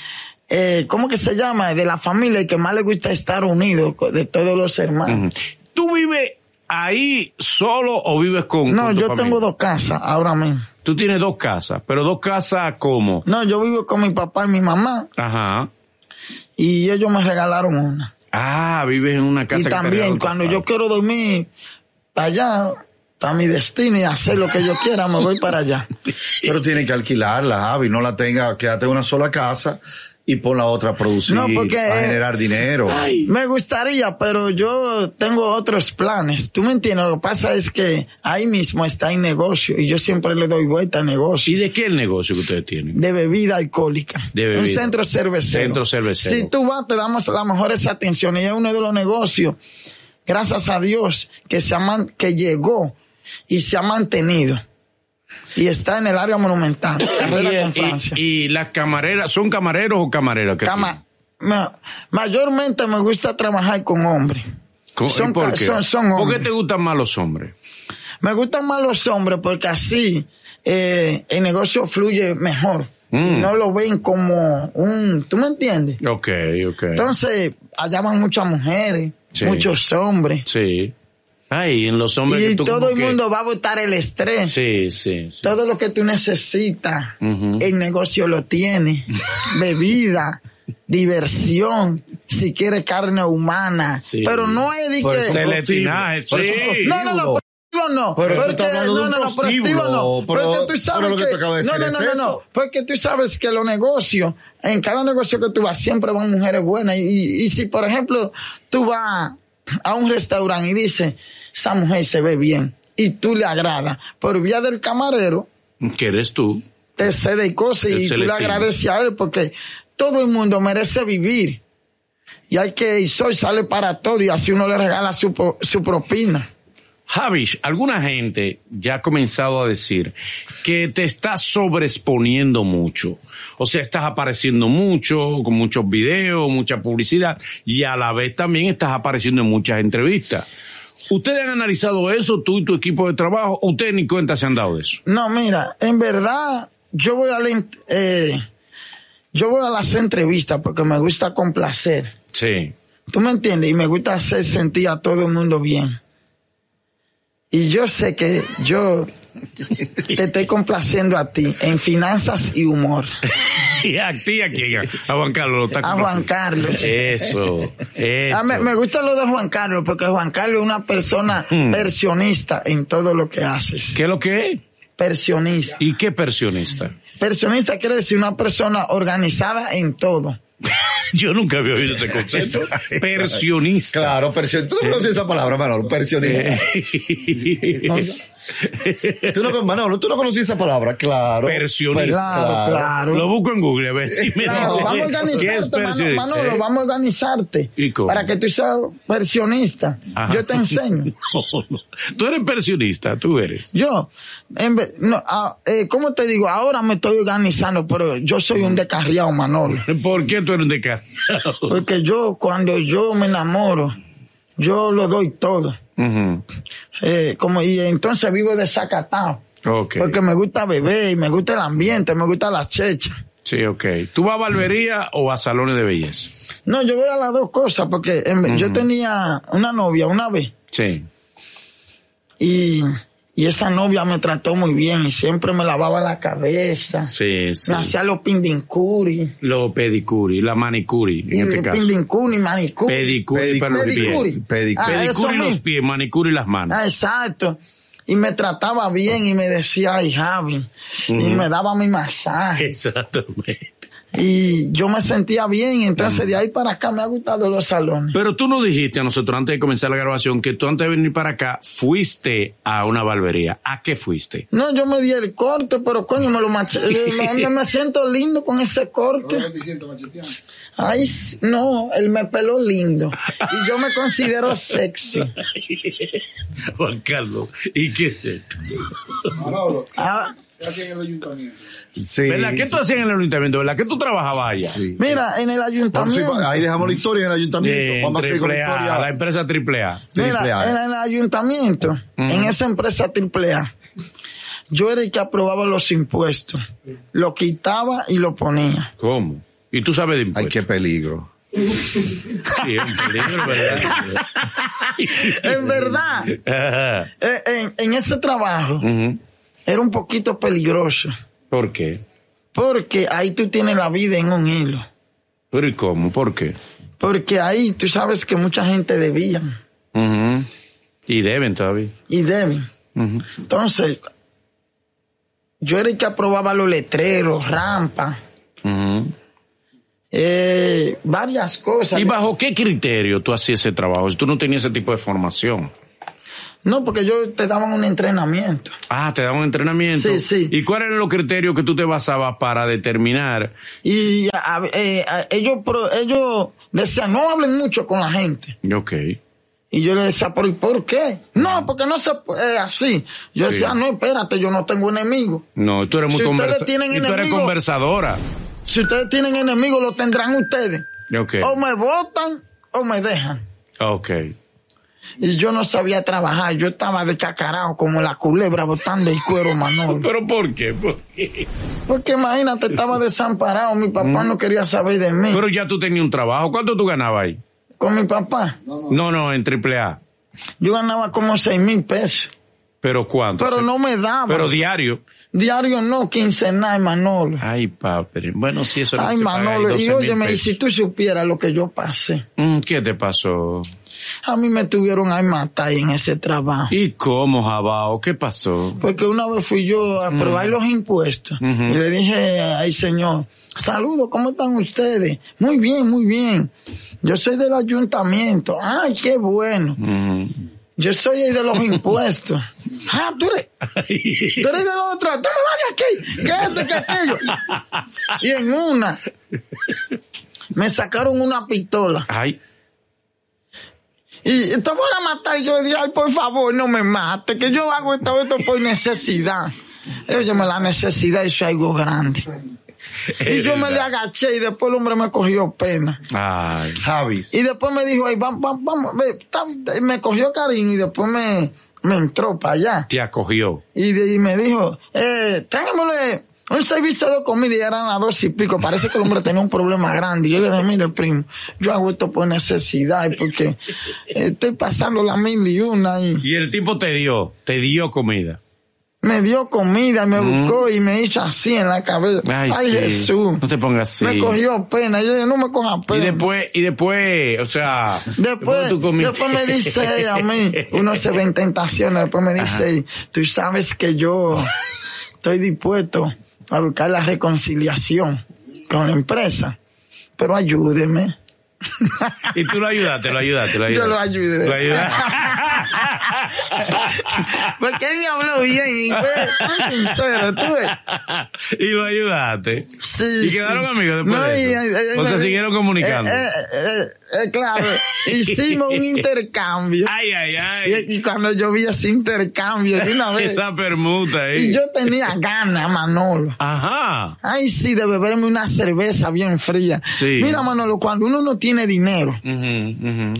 Speaker 3: eh, ¿cómo que se llama? De la familia el que más le gusta estar unido co- de todos los hermanos.
Speaker 2: ¿Tú vives ahí solo o vives con.?
Speaker 3: No,
Speaker 2: con tu
Speaker 3: yo
Speaker 2: familia?
Speaker 3: tengo dos casas ahora mismo.
Speaker 2: Tú tienes dos casas, pero dos casas como.
Speaker 3: No, yo vivo con mi papá y mi mamá
Speaker 2: Ajá.
Speaker 3: y ellos me regalaron una.
Speaker 2: Ah, vives en una casa
Speaker 3: y
Speaker 2: que te regaló
Speaker 3: también
Speaker 2: tu
Speaker 3: cuando
Speaker 2: padre.
Speaker 3: yo quiero dormir para allá, para mi destino y hacer lo que yo quiera, me voy para
Speaker 2: (laughs)
Speaker 3: allá.
Speaker 1: Pero tiene que alquilarla, Javi. No la tenga, quédate en una sola casa y pon la otra a producir,
Speaker 3: No, porque,
Speaker 1: a
Speaker 3: eh,
Speaker 1: generar dinero.
Speaker 3: Me gustaría, pero yo tengo otros planes. Tú me entiendes, lo que pasa es que ahí mismo está el negocio y yo siempre le doy vuelta al negocio.
Speaker 2: ¿Y de qué el negocio que ustedes tienen?
Speaker 3: de bebida alcohólica.
Speaker 2: De bebida.
Speaker 3: Un centro cervecero.
Speaker 2: Centro cervecero.
Speaker 3: Si tú vas, te damos las mejores atenciones. Y es uno de los negocios, gracias a Dios, que, se ha man- que llegó y se ha mantenido. Y está en el
Speaker 2: (coughs)
Speaker 3: área monumental, carrera
Speaker 2: y,
Speaker 3: con
Speaker 2: y-
Speaker 3: Francia.
Speaker 2: y las camareras, ¿son camareros o camareras? que
Speaker 3: Cama- ma- mayormente me gusta trabajar con hombres.
Speaker 2: tienen? Co- ¿y
Speaker 3: son
Speaker 2: ¿Por
Speaker 3: ca-
Speaker 2: qué?
Speaker 3: son- son
Speaker 2: ¿Por qué
Speaker 3: hombres.
Speaker 2: te gustan más los hombres?
Speaker 3: Me gustan más los hombres porque así eh, el negocio fluye mejor.
Speaker 2: Mm.
Speaker 3: No lo ven como un... ¿Tú me entiendes?
Speaker 2: Ok, ok.
Speaker 3: Entonces, allá van muchas mujeres,
Speaker 2: Sí.
Speaker 3: muchos hombres.
Speaker 2: sí. Ay, en los hombres que
Speaker 3: Y
Speaker 2: tú
Speaker 3: todo
Speaker 2: como
Speaker 3: el
Speaker 2: que-
Speaker 3: mundo va a botar el estrés.
Speaker 2: Sí, sí. sí.
Speaker 3: Todo lo que tú necesitas,
Speaker 2: Ujú.
Speaker 3: el negocio lo
Speaker 2: (laughs)
Speaker 3: tiene. Bebida, diversión, si quieres carne humana.
Speaker 2: Sí.
Speaker 3: Pero no es de
Speaker 1: Por
Speaker 3: que-
Speaker 1: eso-
Speaker 2: Celestinaje,
Speaker 1: Por eso-
Speaker 2: sí.
Speaker 3: No, no, no, prostíbulo no.
Speaker 1: Pero tú estás hablando de
Speaker 3: no,
Speaker 1: un
Speaker 3: no, no,
Speaker 1: prostíbulo,
Speaker 3: prostíbulo no.
Speaker 1: pero-
Speaker 3: porque tú sabes
Speaker 1: pero lo que
Speaker 3: que-
Speaker 1: tú acabas de decir
Speaker 3: no, no,
Speaker 1: es
Speaker 3: no, no, no,
Speaker 1: eso.
Speaker 3: Porque tú sabes que los negocios, en cada negocio que tú vas, siempre van mujeres buenas. Y, y si, por ejemplo, tú vas a un restaurante y dices, esa mujer se ve bien y tú le agradas, por vía del camarero,
Speaker 2: ¿Qué eres tú?
Speaker 3: te cede
Speaker 2: El
Speaker 3: cosas y tú le
Speaker 2: celestino.
Speaker 3: agradeces a él porque todo el mundo merece vivir. Y hay que, y soy sale para todo y así uno le regala su, po- su propina.
Speaker 2: Javish, alguna gente ya ha comenzado a decir que te estás sobreexponiendo mucho. O sea, estás apareciendo mucho, con muchos videos, mucha publicidad, y a la vez también estás apareciendo en muchas entrevistas. ¿Ustedes han analizado eso, tú y tu equipo de trabajo? ¿Ustedes ni cuenta se han dado de eso?
Speaker 3: No, mira, en verdad, yo voy a la ent- eh, yo voy a las entrevistas porque me gusta complacer.
Speaker 2: Sí. (laughs)
Speaker 3: ¿Tú me entiendes? Y me gusta hacer sentir a todo el mundo bien. Y yo sé que yo te estoy complaciendo a ti en finanzas y humor.
Speaker 2: Y a ti, a quién, a Juan Carlos. lo está
Speaker 3: A Juan Carlos.
Speaker 2: Eso,
Speaker 3: (laughs)
Speaker 2: eso.
Speaker 3: Ah, me, me gusta lo de Juan Carlos porque Juan Carlos es una
Speaker 2: (laughs)
Speaker 3: persona persionista en todo lo que haces.
Speaker 2: Mm. ¿Qué es lo que es?
Speaker 3: Persionista.
Speaker 2: ¿Y qué persionista?
Speaker 3: Persionista quiere decir una persona organizada en todo.
Speaker 2: Yo nunca había oído ese
Speaker 3: (laughs)
Speaker 2: concepto. Persionista.
Speaker 1: Claro, persion-
Speaker 2: Eh.
Speaker 1: Tú no conoces esa palabra, Manolo, persionista. Tú no, Manolo, tú no conoces esa palabra, claro. Pues,
Speaker 2: Persionista.
Speaker 3: Claro, claro.
Speaker 2: Lo busco en Google a ver si me
Speaker 3: Claro,
Speaker 2: dice
Speaker 3: vamos a
Speaker 2: qué es
Speaker 3: organizarte, Mano-
Speaker 2: persionista.
Speaker 3: Manolo,
Speaker 2: ¿eh?
Speaker 3: vamos a organizarte
Speaker 2: ¿Y cómo?
Speaker 3: para que tú seas persionista.
Speaker 2: Ajá.
Speaker 3: Yo te enseño.
Speaker 2: (laughs) No, no. Tú eres persionista, tú eres.
Speaker 3: Yo, en vez- no, ah, eh, ¿cómo te digo? Ahora me estoy organizando, pero yo soy un descarriado, Manolo.
Speaker 2: ¿Por qué tú eres de acá?
Speaker 3: Porque yo, cuando yo me enamoro, yo lo doy todo.
Speaker 2: Ujú.
Speaker 3: Eh, como, y entonces vivo desacatado.
Speaker 2: Ok.
Speaker 3: Porque me gusta beber, y me gusta el ambiente, me gusta la checha.
Speaker 2: Sí, ok. ¿Tú vas a barbería o a salones de belleza?
Speaker 3: No, yo voy a las dos cosas, porque en vez- yo tenía una novia una vez.
Speaker 2: Sí.
Speaker 3: y, y esa novia me trató muy bien y siempre me lavaba la cabeza,
Speaker 2: Sí, sí.
Speaker 3: me hacía los pindincuri,
Speaker 2: Lo pedicuri, la manicuri, en este
Speaker 3: eh,
Speaker 2: caso.
Speaker 3: pindincuri, manicuri.
Speaker 2: Pedicuri para los pies.
Speaker 3: Pedicuri.
Speaker 1: Pedicuri.
Speaker 3: Ah, eso
Speaker 2: Pedicuri los
Speaker 3: mismo.
Speaker 2: pies, manicuri las manos.
Speaker 3: Ah, exacto. Y me trataba bien y me decía, ay Javi, y me daba mi
Speaker 2: (laughs)
Speaker 3: masaje.
Speaker 2: Exactamente.
Speaker 3: Y yo me sentía bien, y entonces de ahí para acá me ha gustado los salones.
Speaker 2: Pero tú nos dijiste a nosotros antes de comenzar la grabación que tú antes de venir para acá fuiste a una barbería. ¿A qué fuiste?
Speaker 3: No, yo me di el corte, pero coño, me lo mache- eh, me, me siento lindo con ese corte. Ay, s- no, él me peló lindo. Y yo me considero sexy.
Speaker 2: Juan Carlos, ¿y qué es esto?
Speaker 4: Manolo,
Speaker 3: Ah,
Speaker 4: ¿qué hacía en el ayuntamiento?
Speaker 1: Sí,
Speaker 2: ¿Verdad? ¿Qué tú hacías en el ayuntamiento? ¿Verdad? ¿Qué tú trabajabas allá?
Speaker 1: sí.
Speaker 3: mira, en el
Speaker 1: Vamos a seguir con-
Speaker 3: ayuntamiento.
Speaker 1: ahí dejamos la historia en el ayuntamiento.
Speaker 2: Eh,
Speaker 1: Vamos a seguir con la
Speaker 2: triple A, la
Speaker 1: historia.
Speaker 2: empresa triple A.
Speaker 1: triple
Speaker 3: Mira,
Speaker 1: A. eh.
Speaker 3: en el ayuntamiento, en esa empresa triple A, yo era el que aprobaba los impuestos. Lo quitaba y lo ponía.
Speaker 2: (laughs) ¿Cómo? Y tú sabes de
Speaker 1: Ay,
Speaker 2: impuestos.
Speaker 1: qué peligro.
Speaker 2: (laughs) Sí, es un peligro, ¿verdad?
Speaker 3: En verdad, eh,
Speaker 2: Ajá.
Speaker 3: en, en ese trabajo
Speaker 2: Ujú.
Speaker 3: era un poquito peligroso.
Speaker 2: ¿Por qué?
Speaker 3: Porque ahí tú tienes la vida en un hilo.
Speaker 2: ¿Pero y cómo? ¿Por qué?
Speaker 3: Porque ahí tú sabes que mucha gente debía
Speaker 2: Ujú. Y deben todavía.
Speaker 3: y deben.
Speaker 2: Ujú.
Speaker 3: Entonces, yo era el que aprobaba los letreros, rampas,
Speaker 2: Ujú.
Speaker 3: eh, varias cosas.
Speaker 2: ¿Y bajo qué criterio tú hacías ese trabajo? Si tú no tenías ese tipo de formación.
Speaker 3: No, porque yo te daban un entrenamiento.
Speaker 2: Ah, te daban entrenamiento.
Speaker 3: Sí, sí.
Speaker 2: ¿Y cuáles eran los criterios que tú te basabas para determinar?
Speaker 3: Y a- a- eh, a- ellos, pro- ellos decían, no hablen mucho con la gente.
Speaker 2: Ok.
Speaker 3: Y yo les decía, pero ¿y por qué? No, porque no se puede así. Yo
Speaker 2: Sí.
Speaker 3: decía, no, espérate, yo no tengo enemigo.
Speaker 2: No, tú eres muy
Speaker 3: Si ustedes
Speaker 2: conversa-
Speaker 3: tienen
Speaker 2: Y tú eres
Speaker 3: enemigos-
Speaker 2: conversadora.
Speaker 3: Si ustedes tienen enemigos, lo tendrán ustedes.
Speaker 2: Ok.
Speaker 3: O me votan o me dejan.
Speaker 2: Ok.
Speaker 3: Y yo no sabía trabajar, yo estaba de cacarao como la culebra botando el cuero,
Speaker 2: (laughs)
Speaker 3: Manolo.
Speaker 2: ¿Pero por qué? ¿Por qué?
Speaker 3: Porque imagínate, estaba desamparado, mi papá no quería saber de mí.
Speaker 2: Mm. Pero ya tú tenías un trabajo. ¿Cuánto tú ganabas ahí?
Speaker 3: Con mi papá,
Speaker 2: No, no, en AAA.
Speaker 3: yo ganaba como seis mil pesos,
Speaker 2: ¿Pero cuánto?
Speaker 3: pero no me daba.
Speaker 2: Pero diario.
Speaker 3: Diario no, quincenal, Manolo.
Speaker 2: Ay, padre. Bueno, sí, eso no
Speaker 3: Ay,
Speaker 2: se paga ahí,
Speaker 3: Manolo, y
Speaker 2: 12.000
Speaker 3: óyeme, y
Speaker 2: pesos.
Speaker 3: si tú supieras lo que yo pasé,
Speaker 2: Mm, ¿Qué te pasó?
Speaker 3: a mí me tuvieron a matar ahí en ese trabajo.
Speaker 2: ¿Y cómo, Jabao? ¿Qué pasó?
Speaker 3: Porque una vez fui yo a probar los impuestos
Speaker 2: Ujú.
Speaker 3: y le dije, ay señor, saludo, ¿cómo están ustedes? Muy bien, muy bien. Yo soy del ayuntamiento. Ay, qué bueno.
Speaker 2: Mm. (laughs)
Speaker 3: Yo soy el de los impuestos. Ah, tú eres, tú eres de los otros. Tú no vas de aquí. Que esto, que aquello. Y en una, me sacaron una pistola
Speaker 2: Ay,
Speaker 3: Y te voy a matar. Yo dije, ay, por favor, no me mate, que yo hago esto, esto por necesidad. Óyeme, la necesidad hizo algo grande. Y yo me le agaché y después el hombre me cogió pena.
Speaker 2: Ay.
Speaker 1: Javis.
Speaker 3: Y después me dijo, ay, vamos, vamos, vamos. ve, ta- Me cogió cariño y después me, me entró para allá.
Speaker 2: Te acogió.
Speaker 3: Y, de- y me dijo, eh, tráigamele un servicio de comida y eran las dos y pico. Parece que el hombre tenía un problema grande. Y yo le dije, mire, primo, yo hago esto por necesidad y porque eh, estoy pasando la mil y una. Y
Speaker 2: Y el tipo te dio, te dio comida.
Speaker 3: me dio comida, me buscó y me hizo así en la cabeza. Ay,
Speaker 2: Mm. sí.
Speaker 3: Jesús.
Speaker 2: No te pongas así.
Speaker 3: Me cogió pena. Yo le dije, no me coja
Speaker 2: y
Speaker 3: pena.
Speaker 2: después, y después, o sea,
Speaker 3: Después,
Speaker 2: tú comiste.
Speaker 3: después me dice ella a mí, uno se ve en tentaciones, después me dice, "Ey, tú sabes que yo estoy dispuesto a buscar la reconciliación con la empresa, pero ayúdeme.
Speaker 2: (laughs)
Speaker 3: (laughs)
Speaker 2: Y tú lo ayudaste, lo ayudaste, lo
Speaker 3: Yo
Speaker 2: ayudaste.
Speaker 3: lo ayudé.
Speaker 2: Lo ayudaste.
Speaker 3: Porque él me habló bien y fue tan sincero, tú
Speaker 2: (laughs)
Speaker 3: ves.
Speaker 2: y lo ayudaste.
Speaker 3: Sí,
Speaker 2: ¿Y quedaron amigos después de
Speaker 3: y,
Speaker 2: eso?
Speaker 3: eh, eh,
Speaker 2: ¿O se
Speaker 3: eh,
Speaker 2: siguieron comunicando?
Speaker 3: eh, eh, eh, eh, claro,
Speaker 2: (laughs)
Speaker 3: hicimos un intercambio.
Speaker 2: Ay, ay, ay.
Speaker 3: Y, y cuando yo vi ese intercambio de
Speaker 2: (laughs)
Speaker 3: una vez,
Speaker 2: Esa permuta, eh.
Speaker 3: y yo tenía ganas, Manolo.
Speaker 2: Ajá.
Speaker 3: Ay, sí, de beberme una cerveza bien fría.
Speaker 2: Sí.
Speaker 3: Mira, Manolo, cuando uno no tiene dinero,
Speaker 2: Ujú, ujú.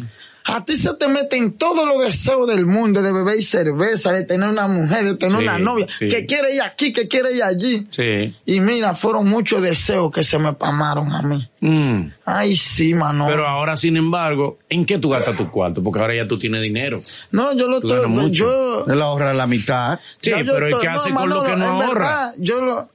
Speaker 3: a ti se te meten todos los deseos del mundo de beber cerveza, de tener una mujer, de tener
Speaker 2: Sí,
Speaker 3: una novia,
Speaker 2: sí.
Speaker 3: que quiere ir aquí, que quiere ir allí.
Speaker 2: Sí.
Speaker 3: Y mira, fueron muchos deseos que se me pamaron a mí.
Speaker 2: Mm.
Speaker 3: Ay, sí, Manolo.
Speaker 2: Pero ahora, sin embargo, ¿en qué tú gastas tu cuarto? Porque ahora ya tú tienes dinero.
Speaker 3: no, yo lo
Speaker 2: tú ganas
Speaker 3: estoy,
Speaker 2: mucho.
Speaker 3: yo,
Speaker 1: Él ahorra la mitad.
Speaker 2: Sí,
Speaker 3: ya yo
Speaker 2: pero ¿y
Speaker 3: estoy-
Speaker 2: qué hace con lo que no
Speaker 3: en
Speaker 2: ahorra?
Speaker 3: verdad, yo lo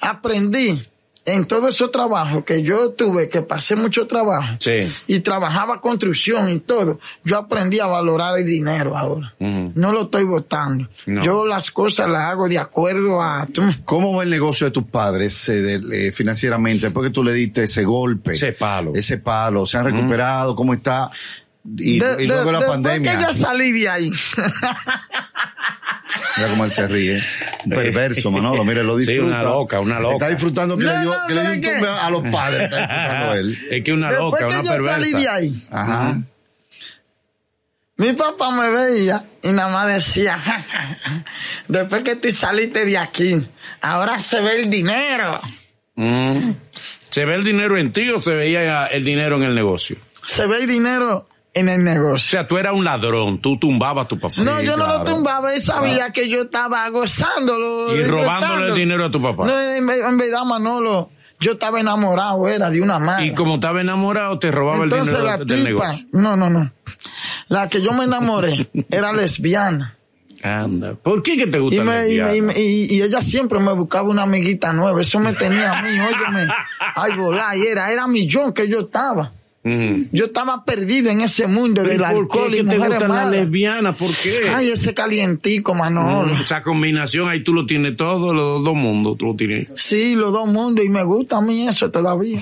Speaker 3: aprendí en todo ese trabajo que yo tuve, que pasé mucho trabajo.
Speaker 2: Sí.
Speaker 3: y trabajaba construcción y todo, yo aprendí a valorar el dinero ahora.
Speaker 2: Ujú.
Speaker 3: No lo estoy votando.
Speaker 2: No.
Speaker 3: Yo las cosas las hago de acuerdo a... tú me-
Speaker 1: ¿Cómo va el negocio de tus padres eh, de- eh, financieramente? Después que tú le diste ese golpe.
Speaker 2: Ese palo. Mm.
Speaker 1: Ese palo. ¿Se han recuperado? ¿Cómo está? Y,
Speaker 3: De-
Speaker 1: y luego
Speaker 3: de-
Speaker 1: la
Speaker 3: después
Speaker 1: pandemia.
Speaker 3: que yo salí de ahí.
Speaker 1: Mira cómo él se ríe. Un perverso, Manolo. Mira, lo
Speaker 2: Sí,
Speaker 1: disfruta.
Speaker 2: una loca, una loca.
Speaker 1: Está disfrutando que
Speaker 3: No,
Speaker 1: le dio,
Speaker 3: no,
Speaker 1: que le dio un
Speaker 3: ¿sabe
Speaker 1: tumbe
Speaker 3: qué?
Speaker 1: a los padres. Está
Speaker 2: (laughs)
Speaker 1: disfrutando él.
Speaker 2: es que
Speaker 3: (laughs)
Speaker 2: una
Speaker 3: después
Speaker 2: loca,
Speaker 3: que
Speaker 2: una
Speaker 3: yo salí de
Speaker 2: perversa.
Speaker 3: ahí,
Speaker 1: Ajá.
Speaker 3: mi papá me veía y nada más decía, "Ja, ja, ja, después que tú saliste de aquí, ahora se ve el dinero.
Speaker 2: Mm. ¿Se ve el dinero en ti o se veía el dinero en el negocio?
Speaker 3: Se ve el dinero en el
Speaker 2: O
Speaker 3: negocio.
Speaker 2: sea, tú eras un ladrón, tú tumbabas a tu papá.
Speaker 3: no, yo no
Speaker 1: claro.
Speaker 3: lo tumbaba, él sabía que yo estaba gozándolo.
Speaker 2: Ah. y robándole el
Speaker 3: disfrutándolo.
Speaker 2: dinero a tu papá.
Speaker 3: No, en, en verdad, Manolo, yo estaba enamorado, era de una madre.
Speaker 2: y como estaba enamorado, te robaba
Speaker 3: Entonces
Speaker 2: el dinero
Speaker 3: la
Speaker 2: del
Speaker 3: tipa,
Speaker 2: negocio.
Speaker 3: no, no, no. La que yo me enamoré era
Speaker 2: (laughs)
Speaker 3: lesbiana.
Speaker 2: Anda. ¿Por qué que te
Speaker 3: Y,
Speaker 2: gusta
Speaker 3: me-
Speaker 2: el
Speaker 3: y me- y
Speaker 2: diablo?
Speaker 3: me- y- y ella siempre me buscaba una amiguita nueva. Eso me tenía
Speaker 2: (laughs)
Speaker 3: a mí, óyeme. Ay, volá, y era, era millón que yo estaba.
Speaker 2: Mm.
Speaker 3: Yo estaba perdido en ese mundo
Speaker 2: ¿Y
Speaker 3: del
Speaker 2: ¿Por qué
Speaker 3: alcohol y
Speaker 2: que te
Speaker 3: mujeres
Speaker 2: gustan las
Speaker 3: malas.
Speaker 2: lesbianas? ¿Por qué?
Speaker 3: Ay, ese calientico, Manolo.
Speaker 2: Mm, Esa combinación, ahí tú lo tienes todo, los dos mundos, tú lo tienes.
Speaker 3: Sí, los dos mundos, y me gusta a mí eso todavía.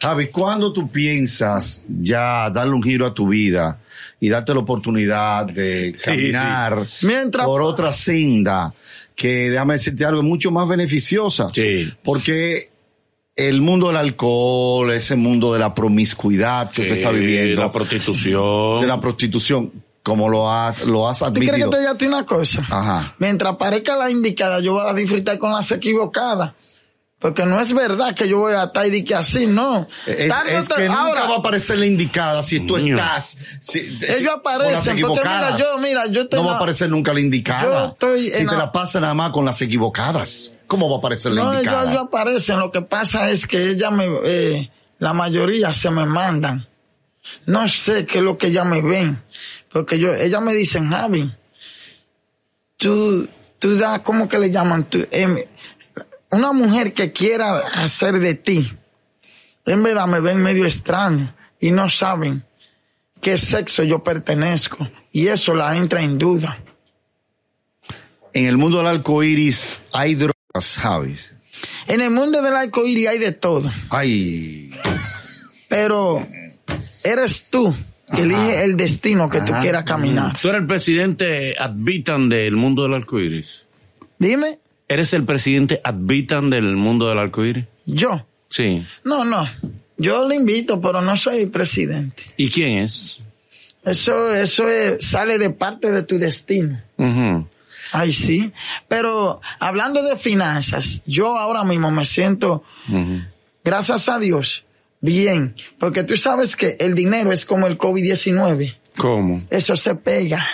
Speaker 1: Javi, ¿cuándo tú piensas ya darle un giro a tu vida y darte la oportunidad de caminar
Speaker 3: sí. Mientras-
Speaker 1: por otra senda que, déjame decirte algo, es mucho más beneficiosa?
Speaker 2: Sí.
Speaker 1: Porque el mundo del alcohol, ese mundo de la promiscuidad que usted está viviendo,
Speaker 2: La prostitución.
Speaker 1: de la prostitución, como lo has, lo has
Speaker 3: ¿Tú crees que
Speaker 1: admitido.
Speaker 3: te diga a ti una cosa?
Speaker 1: Ajá.
Speaker 3: Mientras parezca la indicada, yo voy a disfrutar con las equivocadas. Porque no es verdad que yo voy a estar y de que así, no.
Speaker 1: Es,
Speaker 3: Tarde o
Speaker 1: es
Speaker 3: tem-
Speaker 1: que nunca
Speaker 3: ahora,
Speaker 1: va a aparecer la indicada si tú
Speaker 2: Niño.
Speaker 1: estás. si-
Speaker 3: Ellos
Speaker 1: por las
Speaker 3: aparecen, porque mira,
Speaker 1: equivocadas.
Speaker 3: yo, mira, yo te
Speaker 1: No va a
Speaker 3: la-
Speaker 1: aparecer nunca la indicada.
Speaker 3: Yo estoy
Speaker 1: si
Speaker 3: en
Speaker 1: te
Speaker 3: la-
Speaker 1: la pasa nada más con las equivocadas, ¿cómo va a aparecer la
Speaker 3: no,
Speaker 1: indicada?
Speaker 3: ellos, ellos aparecen. Lo que pasa es que ella me, eh, la mayoría se me mandan. No sé qué es lo que ella me ven. Porque yo, ella me dicen, Javi, tú, tú das, ¿cómo que le llaman? Tú, em, una mujer que quiera hacer de ti, en verdad me ven medio extraño y no saben qué sexo yo pertenezco. Y eso la entra en duda.
Speaker 1: En el mundo del arco iris hay drogas, Javi.
Speaker 3: En el mundo del arco iris hay de todo.
Speaker 1: Ay,
Speaker 3: pero eres tú que elige el destino que tú
Speaker 1: Ajá.
Speaker 3: quieras caminar.
Speaker 2: Tú eres el presidente advitan del mundo del arcoíris.
Speaker 3: Dime,
Speaker 2: ¿Eres el presidente advitan del mundo del arcoíris?
Speaker 3: yo.
Speaker 2: Sí.
Speaker 3: No, no. Yo lo invito, pero no soy presidente.
Speaker 2: ¿Y quién es?
Speaker 3: Eso, eso es- sale de parte de tu destino.
Speaker 2: Ujú.
Speaker 3: Ay, sí. Pero hablando de finanzas, yo ahora mismo me siento,
Speaker 2: Ujú.
Speaker 3: gracias a Dios, bien. Porque tú sabes que el dinero es como el COVID-19.
Speaker 2: ¿Cómo?
Speaker 3: Eso
Speaker 2: (laughs)
Speaker 3: se pega.